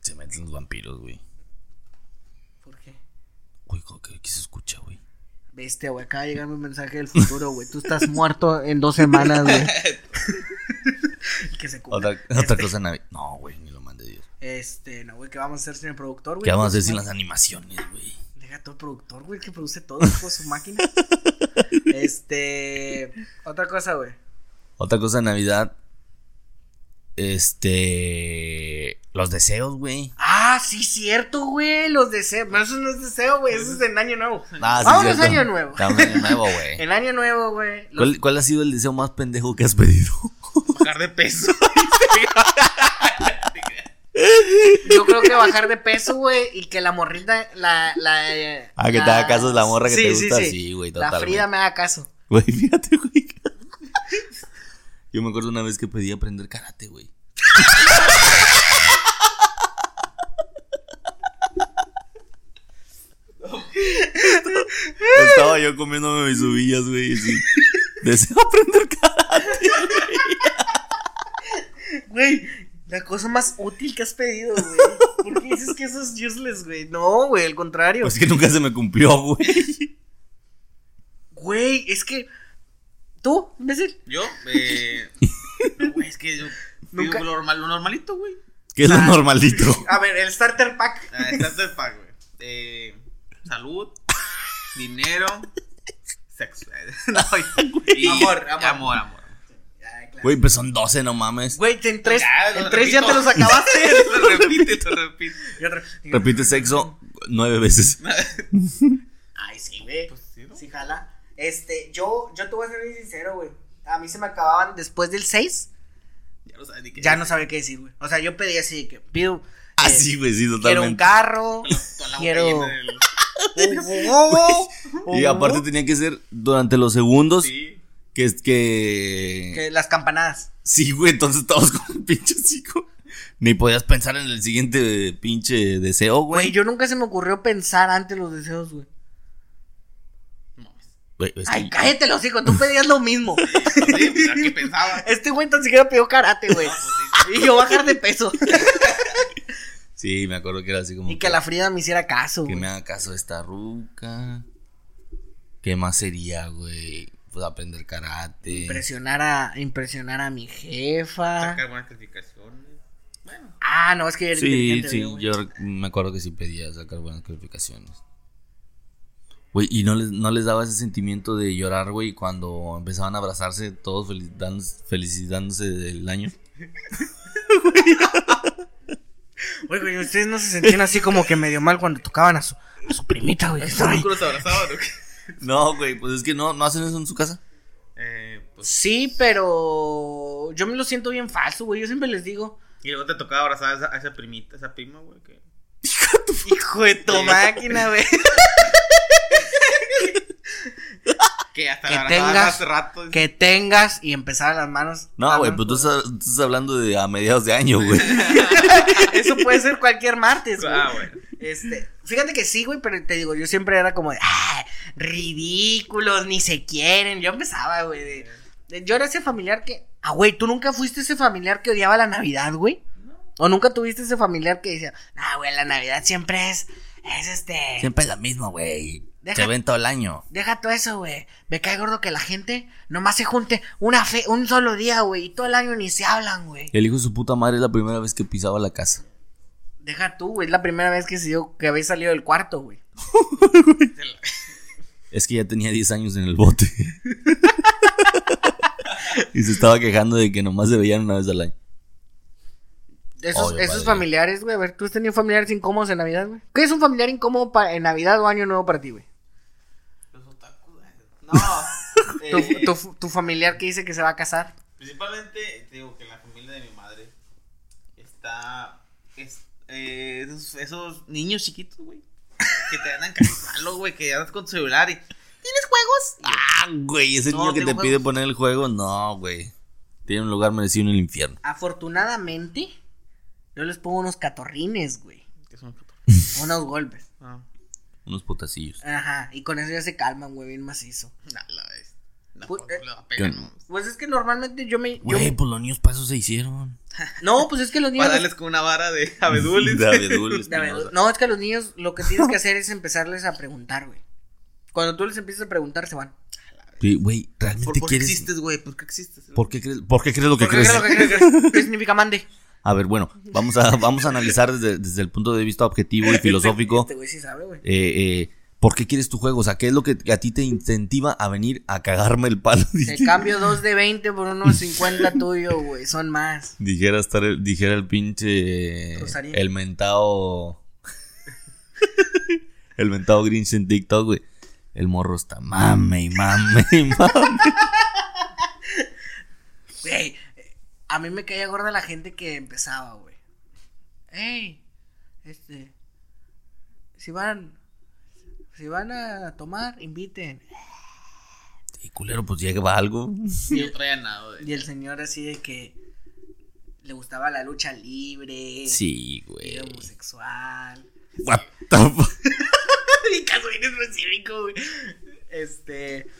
Speaker 3: se meten los vampiros, güey.
Speaker 2: ¿Por qué?
Speaker 3: Güey, ¿qué, qué se escucha, güey?
Speaker 2: Viste, güey, acaba de llegarme un mensaje del futuro, güey. Tú estás muerto en dos semanas, güey. que se cumpla.
Speaker 3: Otra, otra cosa de Navidad. No, güey, ni lo mande Dios.
Speaker 2: Este, no, güey, ¿qué vamos a hacer sin el productor, güey? Pues,
Speaker 3: ¿Qué vamos a hacer sin las animaciones, güey?
Speaker 2: Deja todo el productor, güey, que produce todo, hijo de su máquina. Este, otra cosa, güey.
Speaker 3: Otra cosa de Navidad. Este. Los deseos, güey.
Speaker 2: Ah, sí, cierto, güey, los deseos. No, eso no es deseo, güey, eso es en Año Nuevo.
Speaker 3: Ah, sí,
Speaker 2: Vámonos
Speaker 3: cierto.
Speaker 2: Año Nuevo.
Speaker 3: Estamos en año nuevo, güey.
Speaker 2: En Año Nuevo, güey. los-
Speaker 3: ¿Cuál, cuál ha sido el deseo más pendejo que has pedido?
Speaker 4: Bajar de peso.
Speaker 2: Yo creo que bajar de peso, güey, y que la morrita, la, la. eh,
Speaker 3: Ah, que te haga caso la morra que te gusta. Sí, güey,
Speaker 2: La
Speaker 3: total,
Speaker 2: Frida
Speaker 3: güey.
Speaker 2: me haga caso.
Speaker 3: Güey, fíjate, güey. Yo me acuerdo una vez que pedí aprender karate, güey. Estaba yo comiéndome mis uvillas, güey. y sí. Deseo aprender karate.
Speaker 2: Güey, la cosa más útil que has pedido, güey. ¿Por qué dices que eso es useless, güey? No, güey, al contrario.
Speaker 3: Pues que nunca se me cumplió, güey.
Speaker 2: Güey, es que. ¿Tú, imbécil?
Speaker 4: Yo, eh. no, güey, es que yo.
Speaker 2: Nunca-
Speaker 4: Digo, lo, normal, lo normalito, güey.
Speaker 3: Que es lo normalito.
Speaker 2: A ver, el starter pack.
Speaker 4: Ah, Estás de pack, güey. Eh, salud, dinero, sexo. No, y-
Speaker 2: Amor, amor.
Speaker 4: amor. amor.
Speaker 3: Güey, pues son 12, no mames.
Speaker 2: Güey, te- en tres,
Speaker 4: Ya,
Speaker 2: en
Speaker 4: lo
Speaker 2: tres ya te
Speaker 4: repito.
Speaker 2: los acabaste.
Speaker 4: Lo repite, lo repite.
Speaker 2: Y otro-
Speaker 3: Repite sexo nueve veces.
Speaker 2: Ay, sí, güey.
Speaker 4: Pues sí, ¿no?
Speaker 2: Sí, jala. Este, yo, yo te voy a ser bien sincero, güey. A mí se me acababan después del 6.
Speaker 4: Ya lo sabes ni qué
Speaker 2: Ya
Speaker 4: es.
Speaker 2: no sabía qué decir, güey. O sea, yo pedí así de que pido. eh,
Speaker 3: Así, güey, sí,
Speaker 2: Quiero un
Speaker 3: totalmente.
Speaker 2: carro.
Speaker 4: Con la- con la boca
Speaker 2: Quiero-
Speaker 4: llena del-
Speaker 2: un jugo,
Speaker 3: Y
Speaker 2: un-
Speaker 3: aparte tenía que ser durante los segundos
Speaker 4: Sí.
Speaker 3: que es que...
Speaker 2: que las campanadas.
Speaker 3: Sí, güey, entonces todos con el pinche hocico. Ni podías pensar en el siguiente pinche deseo,
Speaker 2: Güey,
Speaker 3: güey.
Speaker 2: yo nunca se me ocurrió pensar antes los deseos, güey.
Speaker 3: Güey, es que-
Speaker 2: Ay, cállate los hijos, tú pedías lo mismo.
Speaker 4: Sí, pues, ¿a ¿Qué pensaba?
Speaker 2: Este güey tan siquiera pidió karate, güey. Y yo bajar de peso.
Speaker 3: Sí, me acuerdo que era así como.
Speaker 2: Y que la Frida me hiciera caso,
Speaker 3: que
Speaker 2: güey.
Speaker 3: me haga caso esta ruca. ¿Qué más sería, güey? Pues aprender karate.
Speaker 2: Impresionar a, impresionar a mi jefa.
Speaker 4: Sacar buenas calificaciones. Bueno,
Speaker 2: Ah, no, es que yo era
Speaker 3: Sí,
Speaker 2: inteligente,
Speaker 3: sí,
Speaker 2: güey.
Speaker 3: yo rec- me acuerdo que sí pedía sacar buenas calificaciones. Güey, y no les, no les daba ese sentimiento de llorar, güey, cuando empezaban a abrazarse todos felici- dándose- felicitándose del año.
Speaker 2: Güey, güey, ustedes no se sentían así como que medio mal cuando tocaban a su, a su primita, güey. que estaba ahí?
Speaker 4: ¿tú los abrazabas o qué?
Speaker 3: No, güey, pues es que no, no hacen eso en su casa.
Speaker 4: Eh, pues.
Speaker 2: Sí, pero yo me lo siento bien falso, güey. Yo siempre les digo,
Speaker 4: Y luego te tocaba abrazar a esa, a esa primita, esa prima, güey. Que...
Speaker 2: hijo de tu máquina, güey.
Speaker 4: Que hasta
Speaker 2: Que
Speaker 4: la tengas,
Speaker 2: tengas-
Speaker 4: hace rato.
Speaker 2: Que tengas y empezar las manos.
Speaker 3: No, güey, pues tú estás, tú estás hablando de a mediados de año, güey.
Speaker 2: Eso puede ser cualquier martes, güey.
Speaker 4: Ah, bueno.
Speaker 2: Este, fíjate que sí, güey, pero te digo, yo siempre era como de, ah, ridículos, ni se quieren. Yo empezaba, güey. de- de- yo era ese familiar que, ah, güey, tú nunca fuiste ese familiar que odiaba la Navidad, güey. O nunca tuviste ese familiar que decía, ah, güey, la Navidad siempre es, es este.
Speaker 3: Siempre es la misma, güey.
Speaker 2: Deja-
Speaker 3: Se ven todo el año.
Speaker 2: Deja todo eso, güey. Me cae gordo que la gente nomás se junte una fe, un solo día, güey, y todo el año ni se hablan, güey.
Speaker 3: El hijo de su puta madre es la primera vez que pisaba la casa.
Speaker 2: Deja tú, güey, es la primera vez que se dio que habéis salido del cuarto, güey.
Speaker 3: Es que ya tenía 10 años en el bote. y se estaba quejando de que nomás se veían una vez al año.
Speaker 2: Esos,
Speaker 3: Obvio,
Speaker 2: esos
Speaker 3: padre.
Speaker 2: familiares, güey, a ver, ¿tú has tenido familiares incómodos en Navidad, güey? ¿Qué es un familiar incómodo pa- en Navidad o Año Nuevo para ti, güey?
Speaker 4: Los otakus. güey. No.
Speaker 2: Tu,
Speaker 4: eh,
Speaker 2: tu- tu familiar que dice que se va a casar.
Speaker 4: Principalmente, te digo que la familia de mi madre está. Es, eh, esos, esos niños chiquitos, güey. Que te andan cagando, güey. Que andas con tu celular y. ¿Tienes juegos? Y yo,
Speaker 3: Ah, güey, ese
Speaker 4: No,
Speaker 3: niño que te
Speaker 4: tengo
Speaker 3: pide
Speaker 4: juegos.
Speaker 3: poner el juego, no, güey. Tiene un lugar merecido en el infierno.
Speaker 2: Afortunadamente, yo les pongo unos catorrines, güey.
Speaker 4: que son Ah, puto.
Speaker 2: Unos golpes.
Speaker 4: No,
Speaker 3: Unos potacillos.
Speaker 2: Ajá, y con eso ya se calman, güey, bien macizo.
Speaker 4: no, la vez. No,
Speaker 2: Pues,
Speaker 4: pues,
Speaker 2: eh,
Speaker 4: la pegan,
Speaker 3: ¿qué?
Speaker 4: no.
Speaker 2: Pues es que normalmente yo me... yo-
Speaker 3: Güey, pues los niños pasos se hicieron.
Speaker 2: No, pues es que los niños...
Speaker 4: Para darles con una vara de abedules.
Speaker 3: De abedul,
Speaker 2: Ya ves,
Speaker 3: espinosa.
Speaker 2: No, es que a los niños lo que tienes que hacer es empezarles a preguntar, güey. Cuando tú les empiezas a preguntar, se van.
Speaker 3: Sí, Güey,
Speaker 4: ¿Por,
Speaker 3: ¿realmente
Speaker 4: por qué
Speaker 3: quieres...?
Speaker 4: existes, güey? ¿Por qué existes?
Speaker 3: ¿Por qué crees, ¿Por qué crees lo que
Speaker 2: Porque
Speaker 3: crees?
Speaker 2: creo que- creo que- ¿Qué significa mande?
Speaker 3: A ver, bueno, vamos a, vamos a analizar desde, desde el punto de vista objetivo y filosófico.
Speaker 2: Este güey sí sabe, güey.
Speaker 3: eh, eh, ¿Por qué quieres tu juego? O sea, ¿qué es lo que a ti te incentiva a venir a cagarme el palo?
Speaker 2: Te cambio dos de 20 por unos 50 tuyo, güey. Son más.
Speaker 3: Dijera, estar el, dijera el pinche.
Speaker 2: Rosario.
Speaker 3: El mentado. el mentado Grinch en TikTok, güey. El morro está mame y mame y mame.
Speaker 2: Güey, eh, a mí me caía gorda la gente que empezaba, güey. Ey, este. Si van. Si van a tomar, inviten.
Speaker 3: Y culero, pues llega va algo.
Speaker 4: Sí, no traía nada, güey.
Speaker 2: Y el señor así de que. Le gustaba la lucha libre.
Speaker 3: Sí,
Speaker 2: y
Speaker 3: güey.
Speaker 2: Era homosexual.
Speaker 3: What the fu-
Speaker 2: Mi caso bien específico, güey. Este.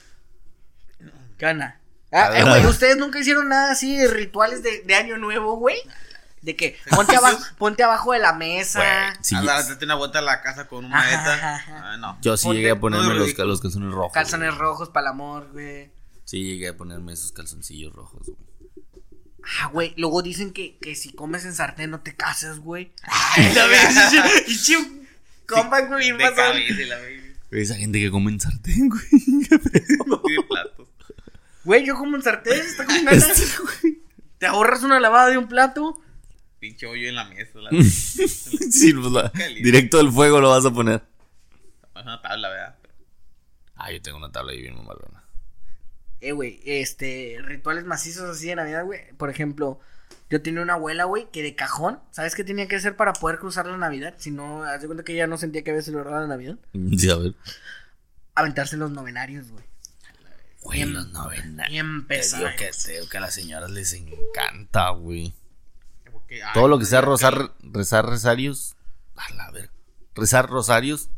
Speaker 2: ¿Qué onda? Ah, eh, güey, ustedes nunca hicieron nada así de rituales de, de año nuevo, güey. De que ponte abajo, ponte abajo de la mesa.
Speaker 3: Güey, sí,
Speaker 4: A dar- date una vuelta a la casa con una
Speaker 2: Ajá,
Speaker 4: maleta.
Speaker 2: ajá.
Speaker 4: Ah, no.
Speaker 3: yo sí
Speaker 4: Ponte-
Speaker 3: llegué a ponerme
Speaker 4: no,
Speaker 3: los,
Speaker 4: ridículo.
Speaker 3: los calzones rojos.
Speaker 2: Calzones
Speaker 3: güey.
Speaker 2: rojos para el amor, güey.
Speaker 3: Sí, llegué a ponerme esos calzoncillos rojos, güey.
Speaker 2: Ah, güey. Luego dicen que, que si comes en sartén no te casas, güey. y chiu. Compa, güey, bien
Speaker 4: De
Speaker 2: pasado.
Speaker 4: cabeza y la baby.
Speaker 3: Esa gente que come en sartén, güey. qué pedo.
Speaker 4: Tiene platos.
Speaker 2: Güey, yo como en sartén, está como nada. Te ahorras una lavada de un plato.
Speaker 4: Pinche hoyo en la mesa. La
Speaker 3: Sí, pues la- directo del fuego lo vas a poner.
Speaker 4: Es una tabla, ¿verdad?
Speaker 3: Ah, yo tengo una tabla ahí bien mamalona.
Speaker 2: Eh, güey, este, rituales macizos así de Navidad, güey. Por ejemplo, yo tenía una abuela, güey, que de cajón, ¿sabes qué tenía que hacer para poder cruzar la Navidad? Si no, haz de cuenta que ella no sentía que había celebrado la Navidad.
Speaker 3: Sí, a ver.
Speaker 2: Aventarse los novenarios, güey.
Speaker 3: Güey, los noventa.
Speaker 2: Y
Speaker 3: Te
Speaker 2: empezar.
Speaker 3: digo que, te digo que a las señoras les encanta, güey.
Speaker 4: que- ay,
Speaker 3: Todo lo que sea
Speaker 4: ya,
Speaker 3: rozar, rezar rosarios. A la ver. Rezar rosarios.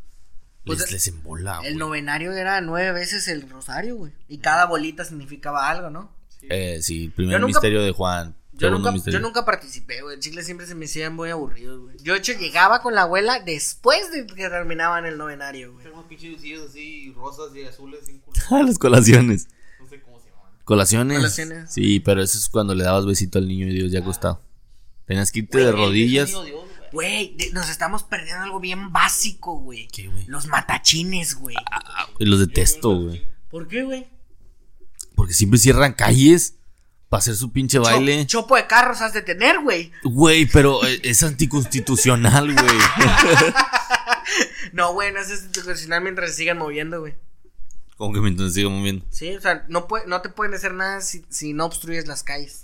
Speaker 2: Pues
Speaker 3: les,
Speaker 2: el-
Speaker 3: les embola,
Speaker 2: El
Speaker 3: güey.
Speaker 2: novenario era nueve veces el rosario, güey. Y cada bolita significaba algo, ¿no?
Speaker 3: Eh, sí, el primer
Speaker 2: Yo nunca-
Speaker 3: misterio de Juan.
Speaker 2: Yo
Speaker 3: segundo
Speaker 2: nunca,
Speaker 3: misterio.
Speaker 2: yo nunca participé, güey. Chicles siempre se me hacían muy aburridos, güey. Yo, de hecho, llegaba con la abuela después de que terminaban el novenario, güey.
Speaker 4: Tengo unos pinches lucillos así, rosas y azules, bien culos.
Speaker 3: Ah, las colaciones.
Speaker 4: No sé cómo se llaman.
Speaker 3: Colaciones.
Speaker 2: Colaciones.
Speaker 3: Sí, pero eso es cuando le dabas besito al niño y Dios ya
Speaker 4: Ah.
Speaker 3: acostado. Tenías que irte de rodillas.
Speaker 4: Dios, Dios, güey.
Speaker 2: Güey, de- nos estamos perdiendo algo bien básico, güey.
Speaker 3: ¿Qué, güey?
Speaker 2: Los matachines, güey.
Speaker 3: Ah, güey, los detesto, güey.
Speaker 2: ¿Por qué, güey?
Speaker 3: Porque siempre cierran calles para hacer su pinche
Speaker 2: Cho-
Speaker 3: baile.
Speaker 2: chopo de carros has de tener, güey.
Speaker 3: Güey, pero eh, es anticonstitucional, güey.
Speaker 2: No, güey, no es institucional mientras se sigan moviendo, güey.
Speaker 3: Como que me entonces sigo moviendo.
Speaker 2: Sí, o sea, no, pue- no te pueden hacer nada si, si no obstruyes las calles.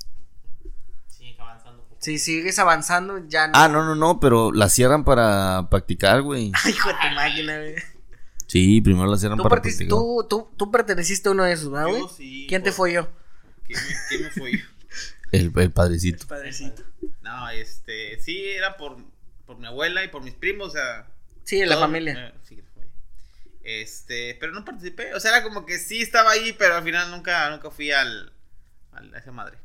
Speaker 4: Sí, que avanzando un poco.
Speaker 2: Si sigues avanzando, ya no.
Speaker 3: Ah, no, no, no, pero la cierran para practicar, güey.
Speaker 2: Hijo de tu máquina, güey.
Speaker 3: Sí, primero la cierran
Speaker 2: Tú,
Speaker 3: para
Speaker 2: partici-
Speaker 3: practicar.
Speaker 2: tú, tú- tú perteneciste a uno de esos, ¿verdad,
Speaker 4: Yo
Speaker 2: Ah, güey?
Speaker 4: sí,
Speaker 2: ¿Quién te
Speaker 4: por-
Speaker 2: folló?
Speaker 4: ¿Quién me, quién me fue?
Speaker 3: El, el padrecito.
Speaker 2: Padrecito.
Speaker 4: No, este, sí, era por, por mi abuela y por mis primos, o sea.
Speaker 2: Sí, la
Speaker 4: todo-
Speaker 2: familia.
Speaker 4: eh, sí, fue. Este, pero no participé, o sea, era como que sí estaba ahí, pero al final nunca, nunca fui al, al- a esa madre.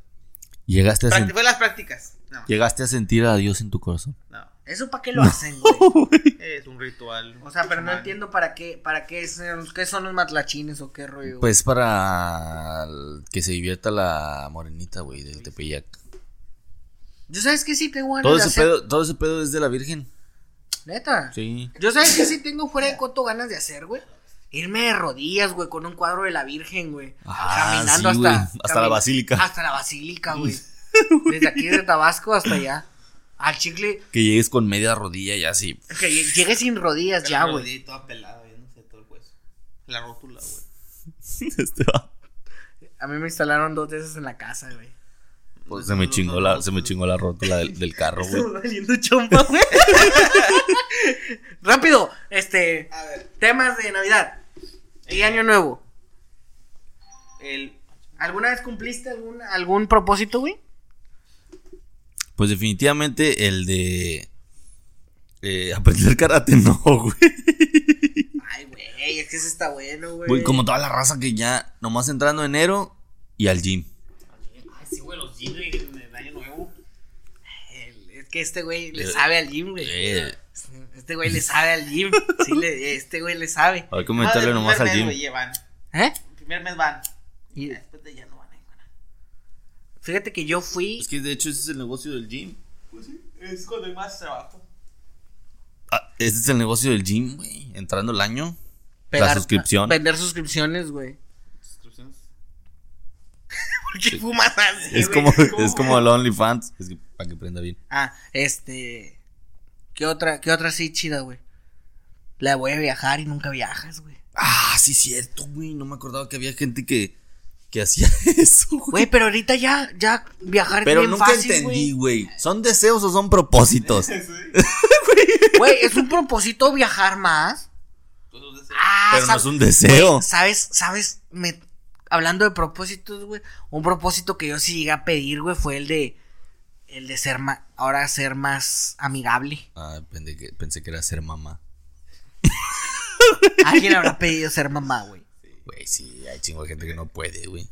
Speaker 3: Llegaste a, sen-
Speaker 4: Practi- fue las prácticas. No,
Speaker 3: llegaste a sentir a Dios en tu corazón.
Speaker 4: no,
Speaker 2: ¿Eso para qué lo hacen, güey?
Speaker 4: es un ritual.
Speaker 2: O sea, pero no
Speaker 4: personal.
Speaker 2: entiendo para qué, para qué, son- qué son los matlachines o qué rollo. güey.
Speaker 3: Pues para que se divierta la morenita, güey, del Tepeyac.
Speaker 2: Yo sabes que sí tengo ganas
Speaker 3: Todo
Speaker 2: de
Speaker 3: ese,
Speaker 2: hacer.
Speaker 3: pedo, todo ese pedo es de la Virgen.
Speaker 2: Neta.
Speaker 3: Sí.
Speaker 2: Yo sabes que sí tengo fuera de coto ganas de hacer, güey. Irme de rodillas, güey, con un cuadro de la Virgen, güey.
Speaker 3: Ah, sí, güey. Hasta la basílica.
Speaker 2: Hasta la basílica, güey. Desde aquí de Tabasco hasta allá. Al chicle.
Speaker 3: Que llegues con media rodilla y así.
Speaker 2: Que lle- llegue sin rodillas
Speaker 4: Pero
Speaker 2: ya,
Speaker 4: me
Speaker 2: güey.
Speaker 4: rodí toda pelada, yo no sé, todo el hueso. La rótula, güey.
Speaker 3: Este va.
Speaker 2: A mí me instalaron dos veces en la casa, güey.
Speaker 3: Pues se me chingó la, se me chingó la rótula del, del carro, güey.
Speaker 2: Valiendo chompa, güey. Rápido, este.
Speaker 4: A ver,
Speaker 2: Temas de Navidad y Año Nuevo.
Speaker 4: el.
Speaker 2: ¿Alguna vez cumpliste algún, algún propósito, güey?
Speaker 3: Pues definitivamente el de eh, aprender karate, no, güey.
Speaker 2: Ay, güey, es que eso está bueno, güey.
Speaker 3: Güey, como toda la raza que ya, nomás entrando enero y al gym.
Speaker 4: Ay, sí, güey, los jeans en el año nuevo.
Speaker 2: El- Es que este güey le
Speaker 3: Eh,
Speaker 2: sabe al gym, güey.
Speaker 3: Eh,
Speaker 2: Este güey le sabe al gym. Sí, le- este güey le sabe.
Speaker 3: hay que
Speaker 4: No, del
Speaker 3: aumentarle nomás al
Speaker 4: primer mes,
Speaker 3: gym.
Speaker 4: güey, llevan.
Speaker 2: ¿Eh?
Speaker 4: El primer mes van.
Speaker 2: Y-
Speaker 4: Y después de ya no van a ir.
Speaker 2: Fíjate que yo fui.
Speaker 3: Es que de hecho ese es el negocio del gym.
Speaker 4: Pues sí, es cuando hay más trabajo.
Speaker 3: Ah, este es el negocio del gym, güey. Entrando el año. la
Speaker 2: pegar-
Speaker 3: suscripción.
Speaker 2: Vender suscripciones, güey.
Speaker 4: Suscripciones.
Speaker 2: ¿Por qué fumas así?
Speaker 3: Es como, es como el OnlyFans. Es que, para que prenda bien.
Speaker 2: Ah, este. ¿Qué otra, qué otra sí chida, güey? La voy a viajar y nunca viajas, güey.
Speaker 3: Ah, sí, cierto, güey. No me acordaba que había gente que, que hacía eso, güey.
Speaker 2: Güey, pero ahorita ya, ya viajar
Speaker 3: Pero
Speaker 2: es bien
Speaker 3: nunca
Speaker 2: fácil,
Speaker 3: entendí,
Speaker 2: güey.
Speaker 3: güey. ¿Son deseos o son propósitos?
Speaker 2: Güey, es un propósito viajar más. Ah,
Speaker 3: Pero no
Speaker 2: sab-
Speaker 3: es un deseo.
Speaker 2: sabes, sabes, me hablando de propósitos, güey, un propósito que yo sí llegué a pedir, güey, fue el de el de ser más ahora ser más amigable.
Speaker 3: Ah, pensé que, pensé que era ser mamá.
Speaker 2: Alguien habrá pedido ser mamá, güey.
Speaker 3: Güey, sí, hay chingo de gente que no puede, güey.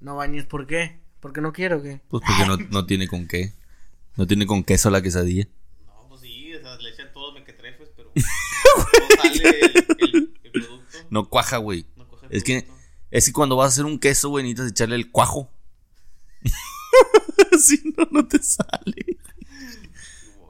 Speaker 2: No bañes, ¿por qué? Porque no quiero, ¿qué?
Speaker 3: Pues porque no, no tiene con qué. No tiene con queso la quesadilla.
Speaker 4: No, pues sí, o sea, le echan todos los mequetrefes, pues, pero. no sale el, el- el producto.
Speaker 3: No cuaja, güey.
Speaker 4: no coge el
Speaker 3: Es que,
Speaker 4: producto.
Speaker 3: es que cuando vas a hacer un queso, güey, necesitas echarle el cuajo. si no, no te sale.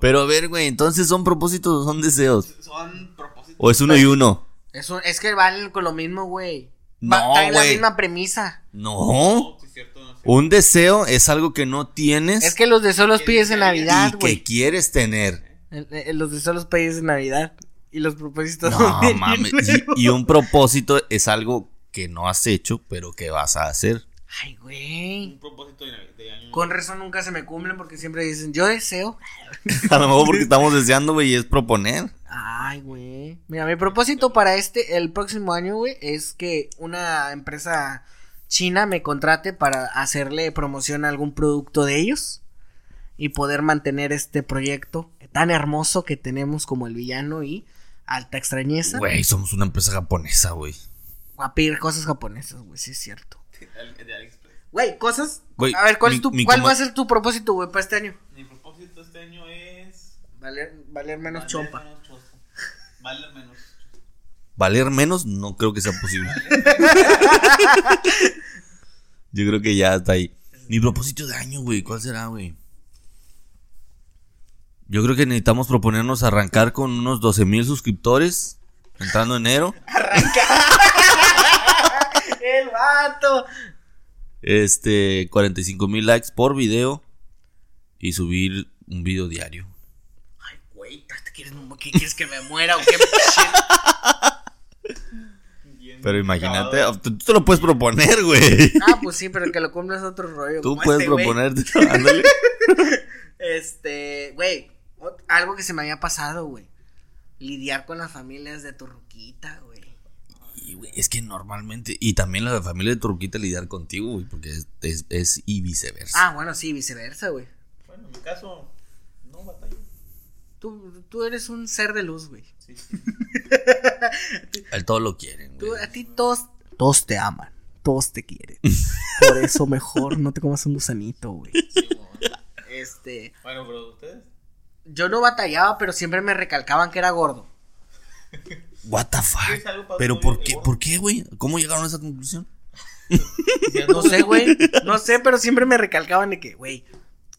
Speaker 3: Pero a ver, güey, entonces son propósitos o son deseos.
Speaker 4: Son propósitos.
Speaker 3: O es uno y uno.
Speaker 2: Es, un- es que van con lo mismo, güey.
Speaker 3: No,
Speaker 2: Va- traen la
Speaker 3: güey.
Speaker 2: misma premisa.
Speaker 3: No.
Speaker 4: No, sí, es cierto, no sé.
Speaker 3: Un deseo es algo que no tienes
Speaker 2: Es que los deseos los pides en Navidad,
Speaker 3: y que
Speaker 2: güey.
Speaker 3: quieres tener.
Speaker 2: El- el- Los deseos los pides en Navidad. Y los propósitos
Speaker 3: No
Speaker 2: vienen
Speaker 3: mames.
Speaker 2: luego.
Speaker 3: Y, y un propósito es algo que no has hecho, pero que vas a hacer.
Speaker 2: Ay, güey.
Speaker 4: Un propósito de, Navidad- de año.
Speaker 2: Con razón nunca se me cumplen porque siempre dicen, yo deseo.
Speaker 3: A lo mejor porque estamos deseando, güey, y es proponer.
Speaker 2: Ay, güey. Mira, mi propósito para este, el próximo año, güey, es que una empresa china me contrate para hacerle promoción a algún producto de ellos. y poder mantener este proyecto tan hermoso que tenemos como el villano y alta extrañeza.
Speaker 3: Güey, somos una empresa japonesa, güey.
Speaker 2: A pedir cosas japonesas, güey, sí es cierto.
Speaker 4: de AliExpress.
Speaker 2: Güey, cosas.
Speaker 3: Güey,
Speaker 2: a ver, ¿cuál, es
Speaker 3: mi-
Speaker 2: tu,
Speaker 3: mi
Speaker 2: cuál
Speaker 3: coma-
Speaker 2: va a ser tu propósito, güey, para este año?
Speaker 4: Mi propósito este año es.
Speaker 2: Valer, valer menos
Speaker 4: valer
Speaker 2: chompa.
Speaker 4: menos chospa. Valer menos.
Speaker 3: Valer menos no creo que sea posible. Yo creo que ya está ahí. Mi propósito de año, güey, ¿cuál será, güey? Yo creo que necesitamos proponernos arrancar con unos 12 mil suscriptores entrando enero.
Speaker 2: El vato.
Speaker 3: Este, 45 mil likes por video y subir un video diario.
Speaker 2: Ay, güey, ¿te quieres, ¿qué quieres que me muera o qué? Shit.
Speaker 4: Bien
Speaker 3: Pero imagínate,
Speaker 4: acabado.
Speaker 3: tú tú te lo puedes proponer, güey.
Speaker 2: ah, pues sí, pero que lo cumplas otro rollo.
Speaker 3: Tú
Speaker 2: como
Speaker 3: puedes
Speaker 2: este, güey.
Speaker 3: proponerte. ándale.
Speaker 2: Este, güey, ot- algo que se me había pasado, güey. Lidiar con las familias de tu ruquita, güey.
Speaker 3: Y, güey, es que normalmente, y también la familia de Turquita lidiar contigo, güey, porque es, es- es y viceversa.
Speaker 2: Ah, bueno, sí, viceversa, güey.
Speaker 4: Bueno, en mi caso, no batallo.
Speaker 2: Tú, tú eres un ser de luz, güey.
Speaker 4: Sí.
Speaker 3: Al todo lo quieren,
Speaker 2: Tú,
Speaker 3: güey.
Speaker 2: a ti todos, todos te aman, todos te quieren. Por eso mejor no te comas un gusanito, güey. Este,
Speaker 4: Bueno, pero ustedes.
Speaker 2: yo no batallaba, pero siempre me recalcaban que era gordo.
Speaker 3: What the fuck.
Speaker 4: ¿Quieres algo para
Speaker 3: Pero
Speaker 4: tu
Speaker 3: ¿por
Speaker 4: vida,
Speaker 3: qué,
Speaker 4: güey?
Speaker 3: por qué, güey? ¿Cómo llegaron a esa conclusión?
Speaker 2: No sé, güey. No sé, pero siempre me recalcaban de que, güey,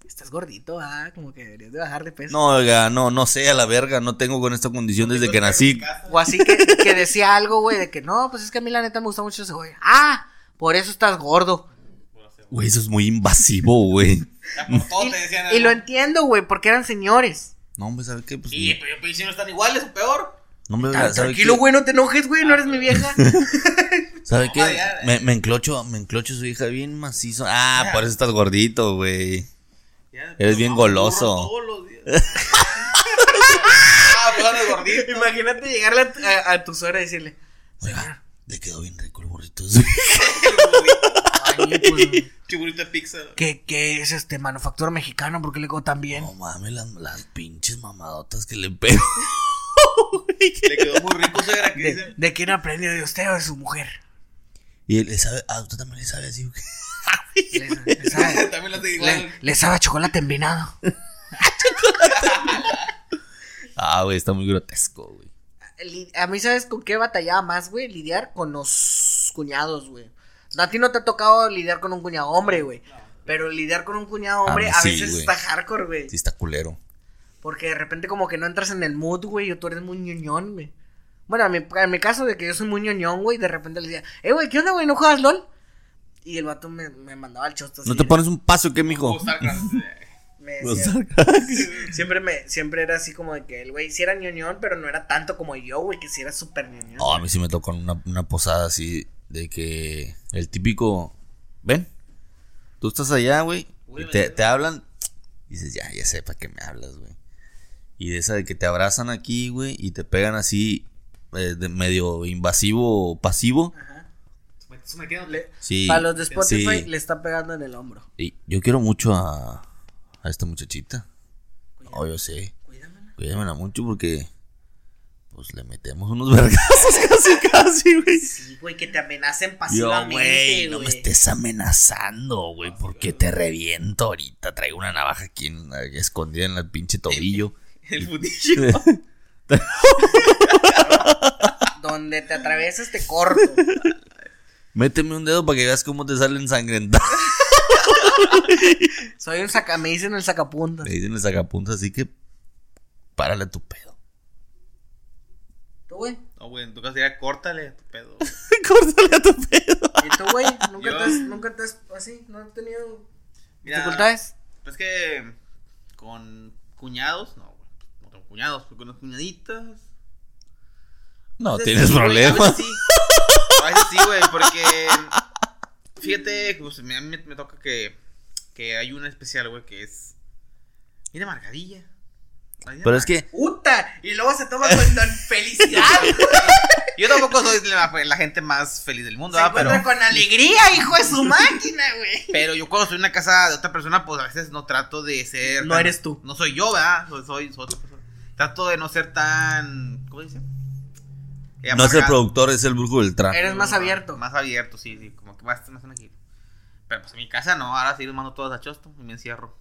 Speaker 2: estás gordito, ah, como que deberías de bajar de peso.
Speaker 3: No, oiga, no, no sé, a la verga, no tengo con esta condición desde que nací.
Speaker 2: O así que, que decía algo, güey, de que no, pues es que a mí la neta me gusta mucho ese güey. Ah, por eso estás gordo.
Speaker 3: Güey, eso es muy invasivo, güey.
Speaker 4: Por todo
Speaker 2: Y,
Speaker 4: te decían
Speaker 2: y lo
Speaker 4: algo.
Speaker 2: entiendo, güey, porque eran señores.
Speaker 3: No, hombre, ¿sabe qué? Pues,
Speaker 4: Y pero yo pensé si no están iguales o peor.
Speaker 3: no, hombre,
Speaker 2: Tan
Speaker 3: ¿sabe
Speaker 2: tranquilo,
Speaker 3: Ah, qué?
Speaker 2: güey, no te enojes, güey, no eres mi vieja.
Speaker 3: ¿Sabe
Speaker 4: No,
Speaker 3: qué?
Speaker 4: ya, eh.
Speaker 3: Me, me enclocho, me enclocho su hija bien macizo. Ah, por eso estás gordito, güey.
Speaker 4: Ya,
Speaker 3: Eres
Speaker 4: nos
Speaker 3: bien
Speaker 4: vamos
Speaker 3: goloso.
Speaker 4: burros Todos los días. ah, pues andas gordito.
Speaker 2: Imagínate llegarle a, tu- a- a tu suegra y decirle,
Speaker 3: Oiga, le quedó bien rico el burrito.
Speaker 2: ay, pues,
Speaker 4: Chiburito de pizza.
Speaker 2: ¿qué, qué es este manufactura mexicano? ¿Por qué le quedó tan bien?
Speaker 3: No mames, las, las pinches mamadotas que le pego.
Speaker 4: Le quedó muy rico, suegra, que
Speaker 2: ¿De,
Speaker 4: dice.
Speaker 2: de quién aprendió? ¿De usted o de su mujer?
Speaker 3: Y él le sabe, ah, usted también le sabe así. güey.
Speaker 2: Le, le sabe,
Speaker 4: También las de
Speaker 2: le-
Speaker 4: igual.
Speaker 2: le sabe a chocolate envenenado.
Speaker 3: Ah, güey, está muy grotesco, güey.
Speaker 2: Li- A mí, ¿sabes con qué batallaba más, güey? Lidiar con los cuñados, güey. A ti no te ha tocado lidiar con un cuñado hombre, güey. Pero lidiar con un cuñado
Speaker 3: A
Speaker 2: hombre
Speaker 3: mí
Speaker 2: a,
Speaker 3: sí,
Speaker 2: veces
Speaker 3: güey.
Speaker 2: está hardcore, güey.
Speaker 3: Sí, está culero.
Speaker 2: Porque de repente como que no entras en el mood, güey, o tú eres muy ñoñón, güey. Bueno, en mi, en mi caso de que yo soy muy ñoñón, güey, de repente le decía, eh, güey, ¿qué onda, güey? ¿No juegas LOL? Y el vato me, me mandaba al chosto.
Speaker 3: ¿No
Speaker 2: así,
Speaker 3: te pones un paso qué, mijo?
Speaker 4: O Starcraft. eh,
Speaker 2: me
Speaker 3: O
Speaker 2: decía-
Speaker 3: sea,
Speaker 2: siempre, me, siempre era así como de que el güey sí era ñoñón, pero no era tanto como yo, güey, que sí era súper ñoñón.
Speaker 3: Oh, No, a mí sí me tocó una, una posada así de que el típico, ven, tú estás allá, güey, y te, te hablan, y dices, ya, ya sé para qué me hablas, güey. Y de esa de que te abrazan aquí, güey, y te pegan así, eh, de medio invasivo o pasivo.
Speaker 2: Ajá.
Speaker 4: Le...
Speaker 3: Sí.
Speaker 2: Para los de Spotify
Speaker 3: sí.
Speaker 2: le está pegando en el hombro.
Speaker 3: Y yo quiero mucho a, a esta muchachita. Oh, yo sé.
Speaker 2: Cuídamela.
Speaker 3: Cuídamela mucho porque. Pues le metemos unos vergazos casi, casi, güey.
Speaker 2: Sí, güey, que te amenacen
Speaker 3: Yo,
Speaker 2: pasivamente,
Speaker 3: güey,
Speaker 2: güey.
Speaker 3: no me estés amenazando, güey, porque te reviento ahorita. Traigo una navaja aquí en la- escondida en el pinche tobillo.
Speaker 4: El fundillo.
Speaker 2: Donde te atravieses te corto.
Speaker 3: Méteme un dedo para que veas cómo te sale ensangrentado.
Speaker 2: Soy un saca, me dicen el sacapuntas.
Speaker 3: Le dicen el sacapuntas, así que párale a tu pedo.
Speaker 2: ¿Tú, güey?
Speaker 4: No, güey, en tu caso diría, córtale a tu pedo.
Speaker 3: Córtale a tu pedo.
Speaker 2: ¿Y tú, güey? ¿Nunca,
Speaker 4: Yo-
Speaker 2: te has, ¿Nunca te has así? ¿No has tenido
Speaker 4: Mira,
Speaker 2: dificultades?
Speaker 4: Pues que con cuñados, no, güey. pues, No tengo cuñados, pero con las cuñaditas.
Speaker 3: No
Speaker 4: Pues,
Speaker 3: tienes
Speaker 4: sí, güey,
Speaker 3: problemas.
Speaker 4: A veces sí. A veces sí, güey, porque. Fíjate, pues me- a mí me, me toca que, que hay una especial, güey, que es. Mira, Margarilla.
Speaker 3: Pero es que
Speaker 2: ¡Uta! Y luego se toma con tan felicidad.
Speaker 4: Yo tampoco soy la, la gente más feliz del mundo,
Speaker 2: Se
Speaker 4: ¿verdad?
Speaker 2: encuentra
Speaker 4: pero,
Speaker 2: con alegría, hijo de pues, su máquina, güey.
Speaker 4: pero yo cuando estoy en una casa de otra persona, pues a veces no trato de ser.
Speaker 2: No
Speaker 4: tan-
Speaker 2: eres tú.
Speaker 4: No soy yo, ¿verdad? Soy, soy, soy otra persona. Trato de no ser tan. ¿Cómo dice? Eh,
Speaker 3: No es el
Speaker 4: amargado.
Speaker 3: productor, es el brujo del trap.
Speaker 2: Eres más abierto.
Speaker 4: Más abierto, sí, sí. Como que más, más tranquilo. Pero pues en mi casa no, ahora sí los mando todos a Chosto y me encierro.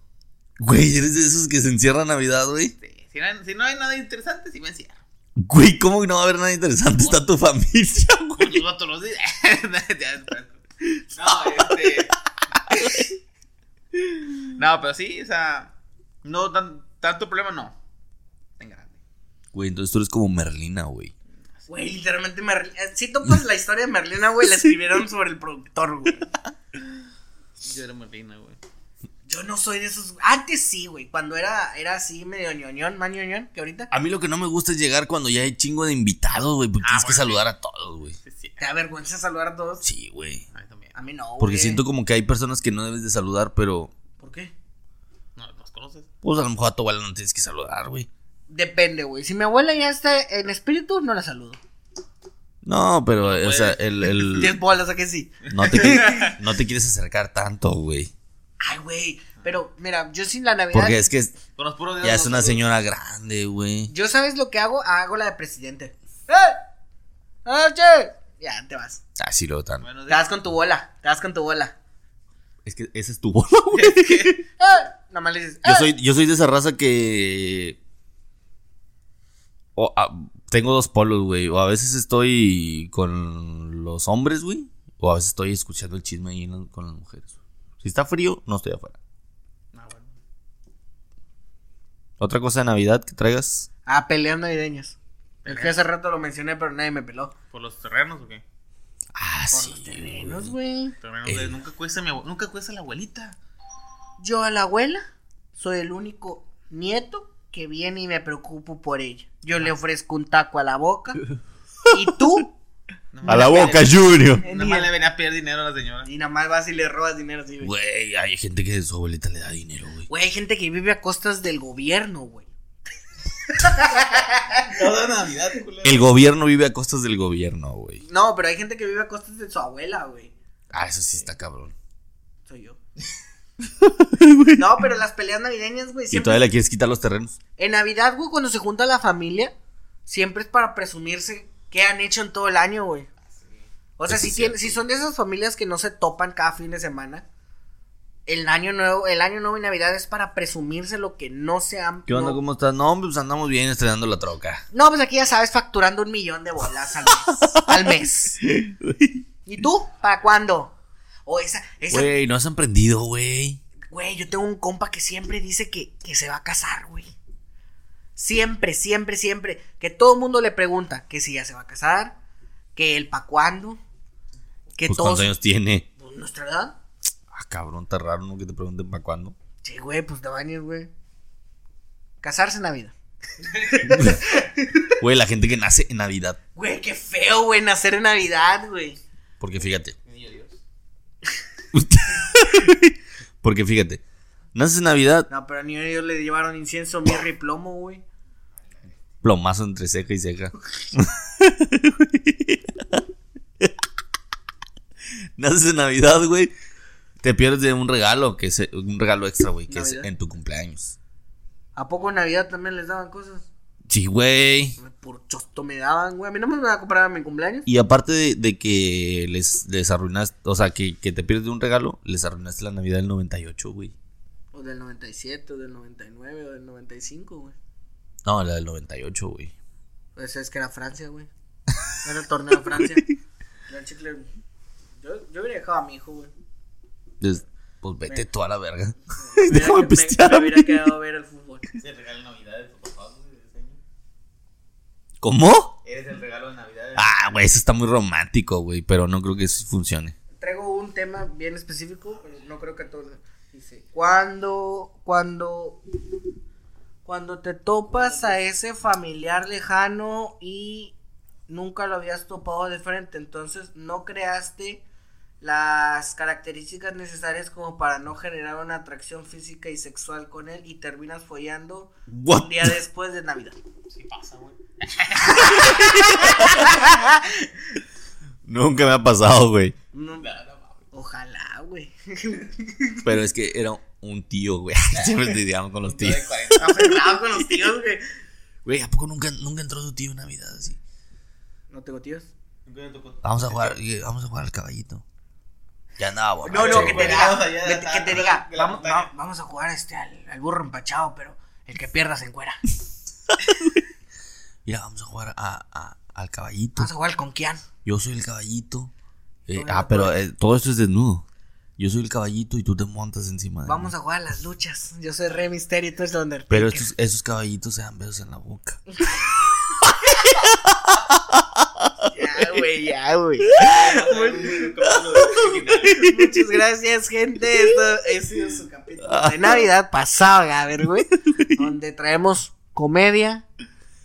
Speaker 3: Güey, eres de esos que se encierra en Navidad, güey.
Speaker 4: Sí, si, no hay, si no hay nada interesante, sí me encierro.
Speaker 3: Güey, ¿cómo que no va a haber nada interesante? Está tu familia, güey.
Speaker 4: Yo iba todos los días. no, este. no, pero sí, o sea. No, tan- tanto problema no. En grande.
Speaker 3: Güey, entonces tú eres como Merlina, güey.
Speaker 2: Güey, literalmente Merlina. Si topas la historia de Merlina, güey, la escribieron sobre el productor, güey.
Speaker 4: Yo era muy reina, güey.
Speaker 2: Yo no soy de esos. Antes sí, güey. Cuando era, era así, medio ñoñón, más ñoñón que ahorita.
Speaker 3: A mí lo que no me gusta es llegar cuando ya hay chingo de invitados, güey, porque
Speaker 4: Ah,
Speaker 3: tienes que saludar a todos, güey.
Speaker 4: Sí, sí.
Speaker 2: Te da vergüenza saludar a todos.
Speaker 3: Sí, güey.
Speaker 4: A mí también. Ah,
Speaker 2: A mí no, güey.
Speaker 3: Porque siento como que hay personas que no debes de saludar, pero
Speaker 2: ¿Por qué?
Speaker 4: No, los conoces.
Speaker 3: pues a lo mejor a tu abuela no tienes que saludar, güey.
Speaker 2: Depende, güey. Si mi abuela ya está en espíritu, no la saludo.
Speaker 3: No, pero, o
Speaker 4: puedes.
Speaker 3: sea, el... el-
Speaker 2: Diez bolas, ¿a que sí?
Speaker 3: no, te, qui- no te quieres acercar tanto, güey.
Speaker 2: Ay, güey. Pero, mira, yo sin la Navidad.
Speaker 3: Porque es que es-
Speaker 4: Con los puros dedos
Speaker 3: ya
Speaker 4: no
Speaker 3: es una
Speaker 4: saludo.
Speaker 3: señora grande, güey.
Speaker 2: Yo, ¿sabes lo que hago? Hago la de presidente. ¡Eh! ¡Noche! Ya, te vas.
Speaker 3: Así lo Ah, tan.
Speaker 4: Bueno,
Speaker 2: Te
Speaker 4: sí.
Speaker 2: vas con tu bola. Te vas con tu bola.
Speaker 3: Es que ese es tu bola, güey.
Speaker 2: ¡Eh! Nomás le dices.
Speaker 3: Yo
Speaker 2: ¡eh!
Speaker 3: soy, yo soy de esa raza que. o, ah, tengo dos polos, güey. O a veces estoy con los hombres, güey. O a veces estoy escuchando el chisme ahí en la- con las mujeres. Si está frío, no estoy afuera.
Speaker 4: No, bueno.
Speaker 3: Otra cosa de Navidad que traigas.
Speaker 2: Ah, peleas navideñas. El que hace rato lo mencioné, pero nadie me peló.
Speaker 4: ¿Por los terrenos o qué?
Speaker 3: Ah, sí.
Speaker 2: Menos, güey.
Speaker 4: Terrenos,
Speaker 3: Eh.
Speaker 4: güey, Nunca cuesta mi abue- Nunca cuesta la abuelita.
Speaker 2: Yo a la abuela soy el único nieto que viene y me preocupo por ella. Yo le ofrezco un taco a la boca. Y tú,
Speaker 4: Nomás le-
Speaker 3: Junior.
Speaker 4: Nomás le venía a pedir dinero a la señora.
Speaker 2: y nada más vas y le robas dinero así, güey.
Speaker 3: Güey, hay gente que su abuelita le da dinero, güey.
Speaker 2: Güey, hay gente que vive a costas del gobierno, güey.
Speaker 4: Toda Navidad, culero.
Speaker 3: El gobierno vive a costas del gobierno, güey.
Speaker 2: No, pero hay gente que vive a costas de su abuela, güey.
Speaker 3: Ah, eso sí está cabrón.
Speaker 2: Soy yo. No, pero las peleas navideñas, güey,
Speaker 3: ¿Y
Speaker 2: siempre
Speaker 3: todavía le quieres quitar los terrenos?
Speaker 2: En Navidad, güey, cuando se junta la familia, siempre es para presumirse qué han hecho en todo el año, güey. O sea,
Speaker 3: Eso
Speaker 2: si,
Speaker 3: es
Speaker 2: tiene-
Speaker 3: cierto.
Speaker 2: si son de esas familias que no se topan cada fin de semana, el año nuevo, el año nuevo y Navidad es para presumirse lo que no se han.
Speaker 3: ¿Qué onda?
Speaker 2: no,
Speaker 3: ¿Cómo estás? No, hombre, pues andamos bien estrenando la troca.
Speaker 2: No, pues aquí ya sabes, facturando un millón de bolas al mes. al mes. ¿Y tú? ¿Para cuándo? O esa, esa,
Speaker 3: Güey, no has emprendido, güey.
Speaker 2: Güey, yo tengo un compa que siempre dice que, que se va a casar, güey. Siempre, siempre, siempre. Que todo el mundo le pregunta que si ya se va a casar, que el pa' cuándo, que
Speaker 3: Pues,
Speaker 2: todos.
Speaker 3: ¿Cuántos años tiene?
Speaker 2: Pues, ¿Nuestra edad?
Speaker 3: Ah, cabrón, está raro, ¿no? Que te pregunten para cuándo.
Speaker 2: Sí, güey, pues te bañes, güey. Casarse en Navidad.
Speaker 3: Güey, la gente que nace en Navidad.
Speaker 2: Güey, qué feo, güey, nacer en Navidad, güey.
Speaker 3: Porque fíjate.
Speaker 4: Niño Dios.
Speaker 3: Porque fíjate. Naces en Navidad,
Speaker 2: No, pero ni ellos le llevaron incienso, mirra y plomo, güey.
Speaker 3: plomazo entre ceja y ceja. naces en Navidad, güey. Te pierdes de un regalo, que es un regalo extra, güey, que es
Speaker 2: Navidad.
Speaker 3: en tu cumpleaños.
Speaker 2: ¿A poco en Navidad también les daban cosas?
Speaker 3: Sí, güey.
Speaker 2: Güey, Por chosto me daban, güey. A mí no me van a comprar a mi cumpleaños.
Speaker 3: Y aparte de, de que les, les arruinaste, o sea, que, que te pierdes de un regalo, les arruinaste la Navidad del 98, güey.
Speaker 2: O del 97, o del 99, o del 95, güey.
Speaker 3: No, la del 98, güey.
Speaker 2: Pues es que era Francia, güey. Era el torneo de Francia. Yo, el chicle- yo, yo hubiera dejado a mi hijo, güey.
Speaker 3: Entonces, pues vete tú a la verga.
Speaker 2: Me hubiera-
Speaker 3: Déjame
Speaker 2: me-
Speaker 3: pistear
Speaker 2: Me,
Speaker 3: a
Speaker 2: hubiera
Speaker 3: mí.
Speaker 2: quedado a ver el fútbol.
Speaker 4: Es el regalo de Navidad de tu papá, güey, ese año.
Speaker 3: ¿Cómo?
Speaker 4: Eres el regalo de Navidad. de-
Speaker 3: Ah, güey, eso está muy romántico, güey, pero no creo que eso funcione.
Speaker 2: Traigo un tema bien específico, pero no creo que a todos. Dice, cuando, cuando, cuando te topas a ese familiar lejano y nunca lo habías topado de frente, entonces no creaste las características necesarias como para no generar una atracción física y sexual con él y terminas follando
Speaker 3: What?
Speaker 2: un día después de Navidad.
Speaker 4: Sí pasa, güey.
Speaker 3: Nunca me ha pasado, güey.
Speaker 2: No, ojalá, güey.
Speaker 3: Pero es que era un tío, güey. Siempre te digamos con los tíos.
Speaker 2: Aferrado con los tíos, güey.
Speaker 3: Güey, ¿a poco nunca, nunca entró su tío en Navidad así?
Speaker 2: No tengo tíos.
Speaker 3: Vamos a jugar, eh, vamos a jugar al caballito. Ya andaba
Speaker 2: No,
Speaker 3: borracho.
Speaker 2: no, que te
Speaker 3: güey.
Speaker 2: diga,
Speaker 4: Colgados allá de
Speaker 2: que te-
Speaker 4: la
Speaker 2: que te
Speaker 4: tabla,
Speaker 2: diga,
Speaker 4: de la
Speaker 2: vamos,
Speaker 4: montaña.
Speaker 2: va- vamos a jugar este al, al burro empachado, pero el que pierda se encuera.
Speaker 3: Mira, vamos a jugar a- a- al caballito.
Speaker 2: Vamos a jugar al conquián.
Speaker 3: Yo soy el caballito. Eh,
Speaker 2: Ah. Todo el-
Speaker 3: ah, pero eh, todo esto es desnudo. Yo soy el caballito y tú te montas encima de
Speaker 2: Vamos
Speaker 3: mí.
Speaker 2: a jugar a las luchas. Yo soy Rey Misterio y tú eres Undertaker.
Speaker 3: Pero estos, esos caballitos se dan besos en la boca.
Speaker 2: Ya, güey, ya, güey. Muchas gracias, gente. Esto ha sido su capítulo de Navidad pasada, a ver, güey. Donde traemos comedia,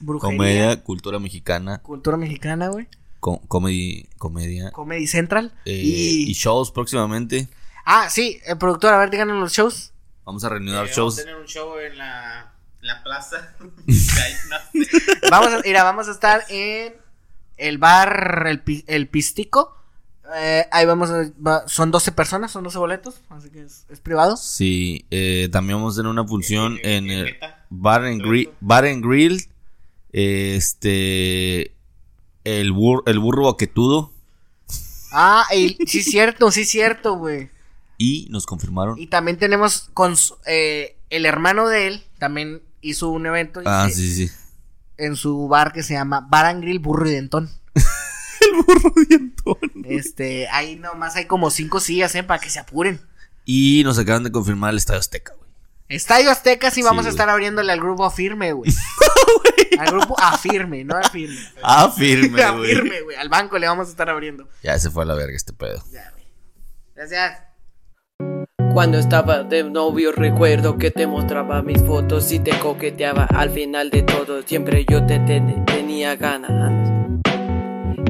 Speaker 2: brujería,
Speaker 3: Comedia, cultura mexicana,
Speaker 2: cultura mexicana, güey.
Speaker 3: co- comedy, comedia
Speaker 2: Comedy Central.
Speaker 3: eh,
Speaker 2: y...
Speaker 3: y shows próximamente.
Speaker 2: Ah, sí, el productor, a ver, díganos los shows.
Speaker 3: Vamos a reanudar
Speaker 4: Eh, Vamos
Speaker 3: shows.
Speaker 4: a tener un show en la, en la plaza. Ahí, no sé.
Speaker 2: Vamos a, mira, vamos a estar en el bar El, Pi- El Pistico. Eh, ahí vamos, a- va- son 12 personas, son 12 boletos, así que es, es privado.
Speaker 3: Sí, eh, también vamos a tener una función
Speaker 4: Eh, eh,
Speaker 3: en el
Speaker 4: meta.
Speaker 3: Bar and, Gri- Bar and Grill. Este. El, bur- el burro baquetudo.
Speaker 2: Ah, y, sí, cierto, sí, cierto, güey.
Speaker 3: Y nos confirmaron.
Speaker 2: Y también tenemos con su- eh, el hermano de él, también hizo un evento y-
Speaker 3: Ah, sí, sí.
Speaker 2: en su bar que se llama Bar and Grill Burro y Dentón. el burro y dentón. Este, ahí nomás hay como cinco sillas, eh, para que se apuren.
Speaker 3: Y nos acaban de confirmar el Estadio Azteca, güey.
Speaker 2: Estadio Azteca sí vamos
Speaker 3: Sí,
Speaker 2: a
Speaker 3: güey.
Speaker 2: estar abriéndole al grupo Afirme, güey. al grupo Afirme, no Afirme.
Speaker 3: Ah, firme, güey.
Speaker 2: Afirme, güey. Al banco le vamos a estar abriendo.
Speaker 3: Ya se fue a la verga este pedo.
Speaker 2: Ya, güey. Gracias.
Speaker 5: Cuando estaba de novio recuerdo que te mostraba mis fotos y te coqueteaba al final de todo siempre yo te ten- tenía ganas.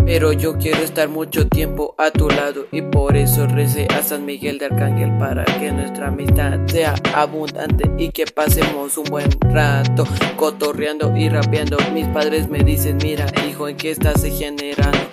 Speaker 5: Pero yo quiero estar mucho tiempo a tu lado y por eso recé a San Miguel de Arcángel para que nuestra amistad sea abundante y que pasemos un buen rato cotorreando y rapeando. Mis padres me dicen, mira hijo, ¿en qué estás degenerando?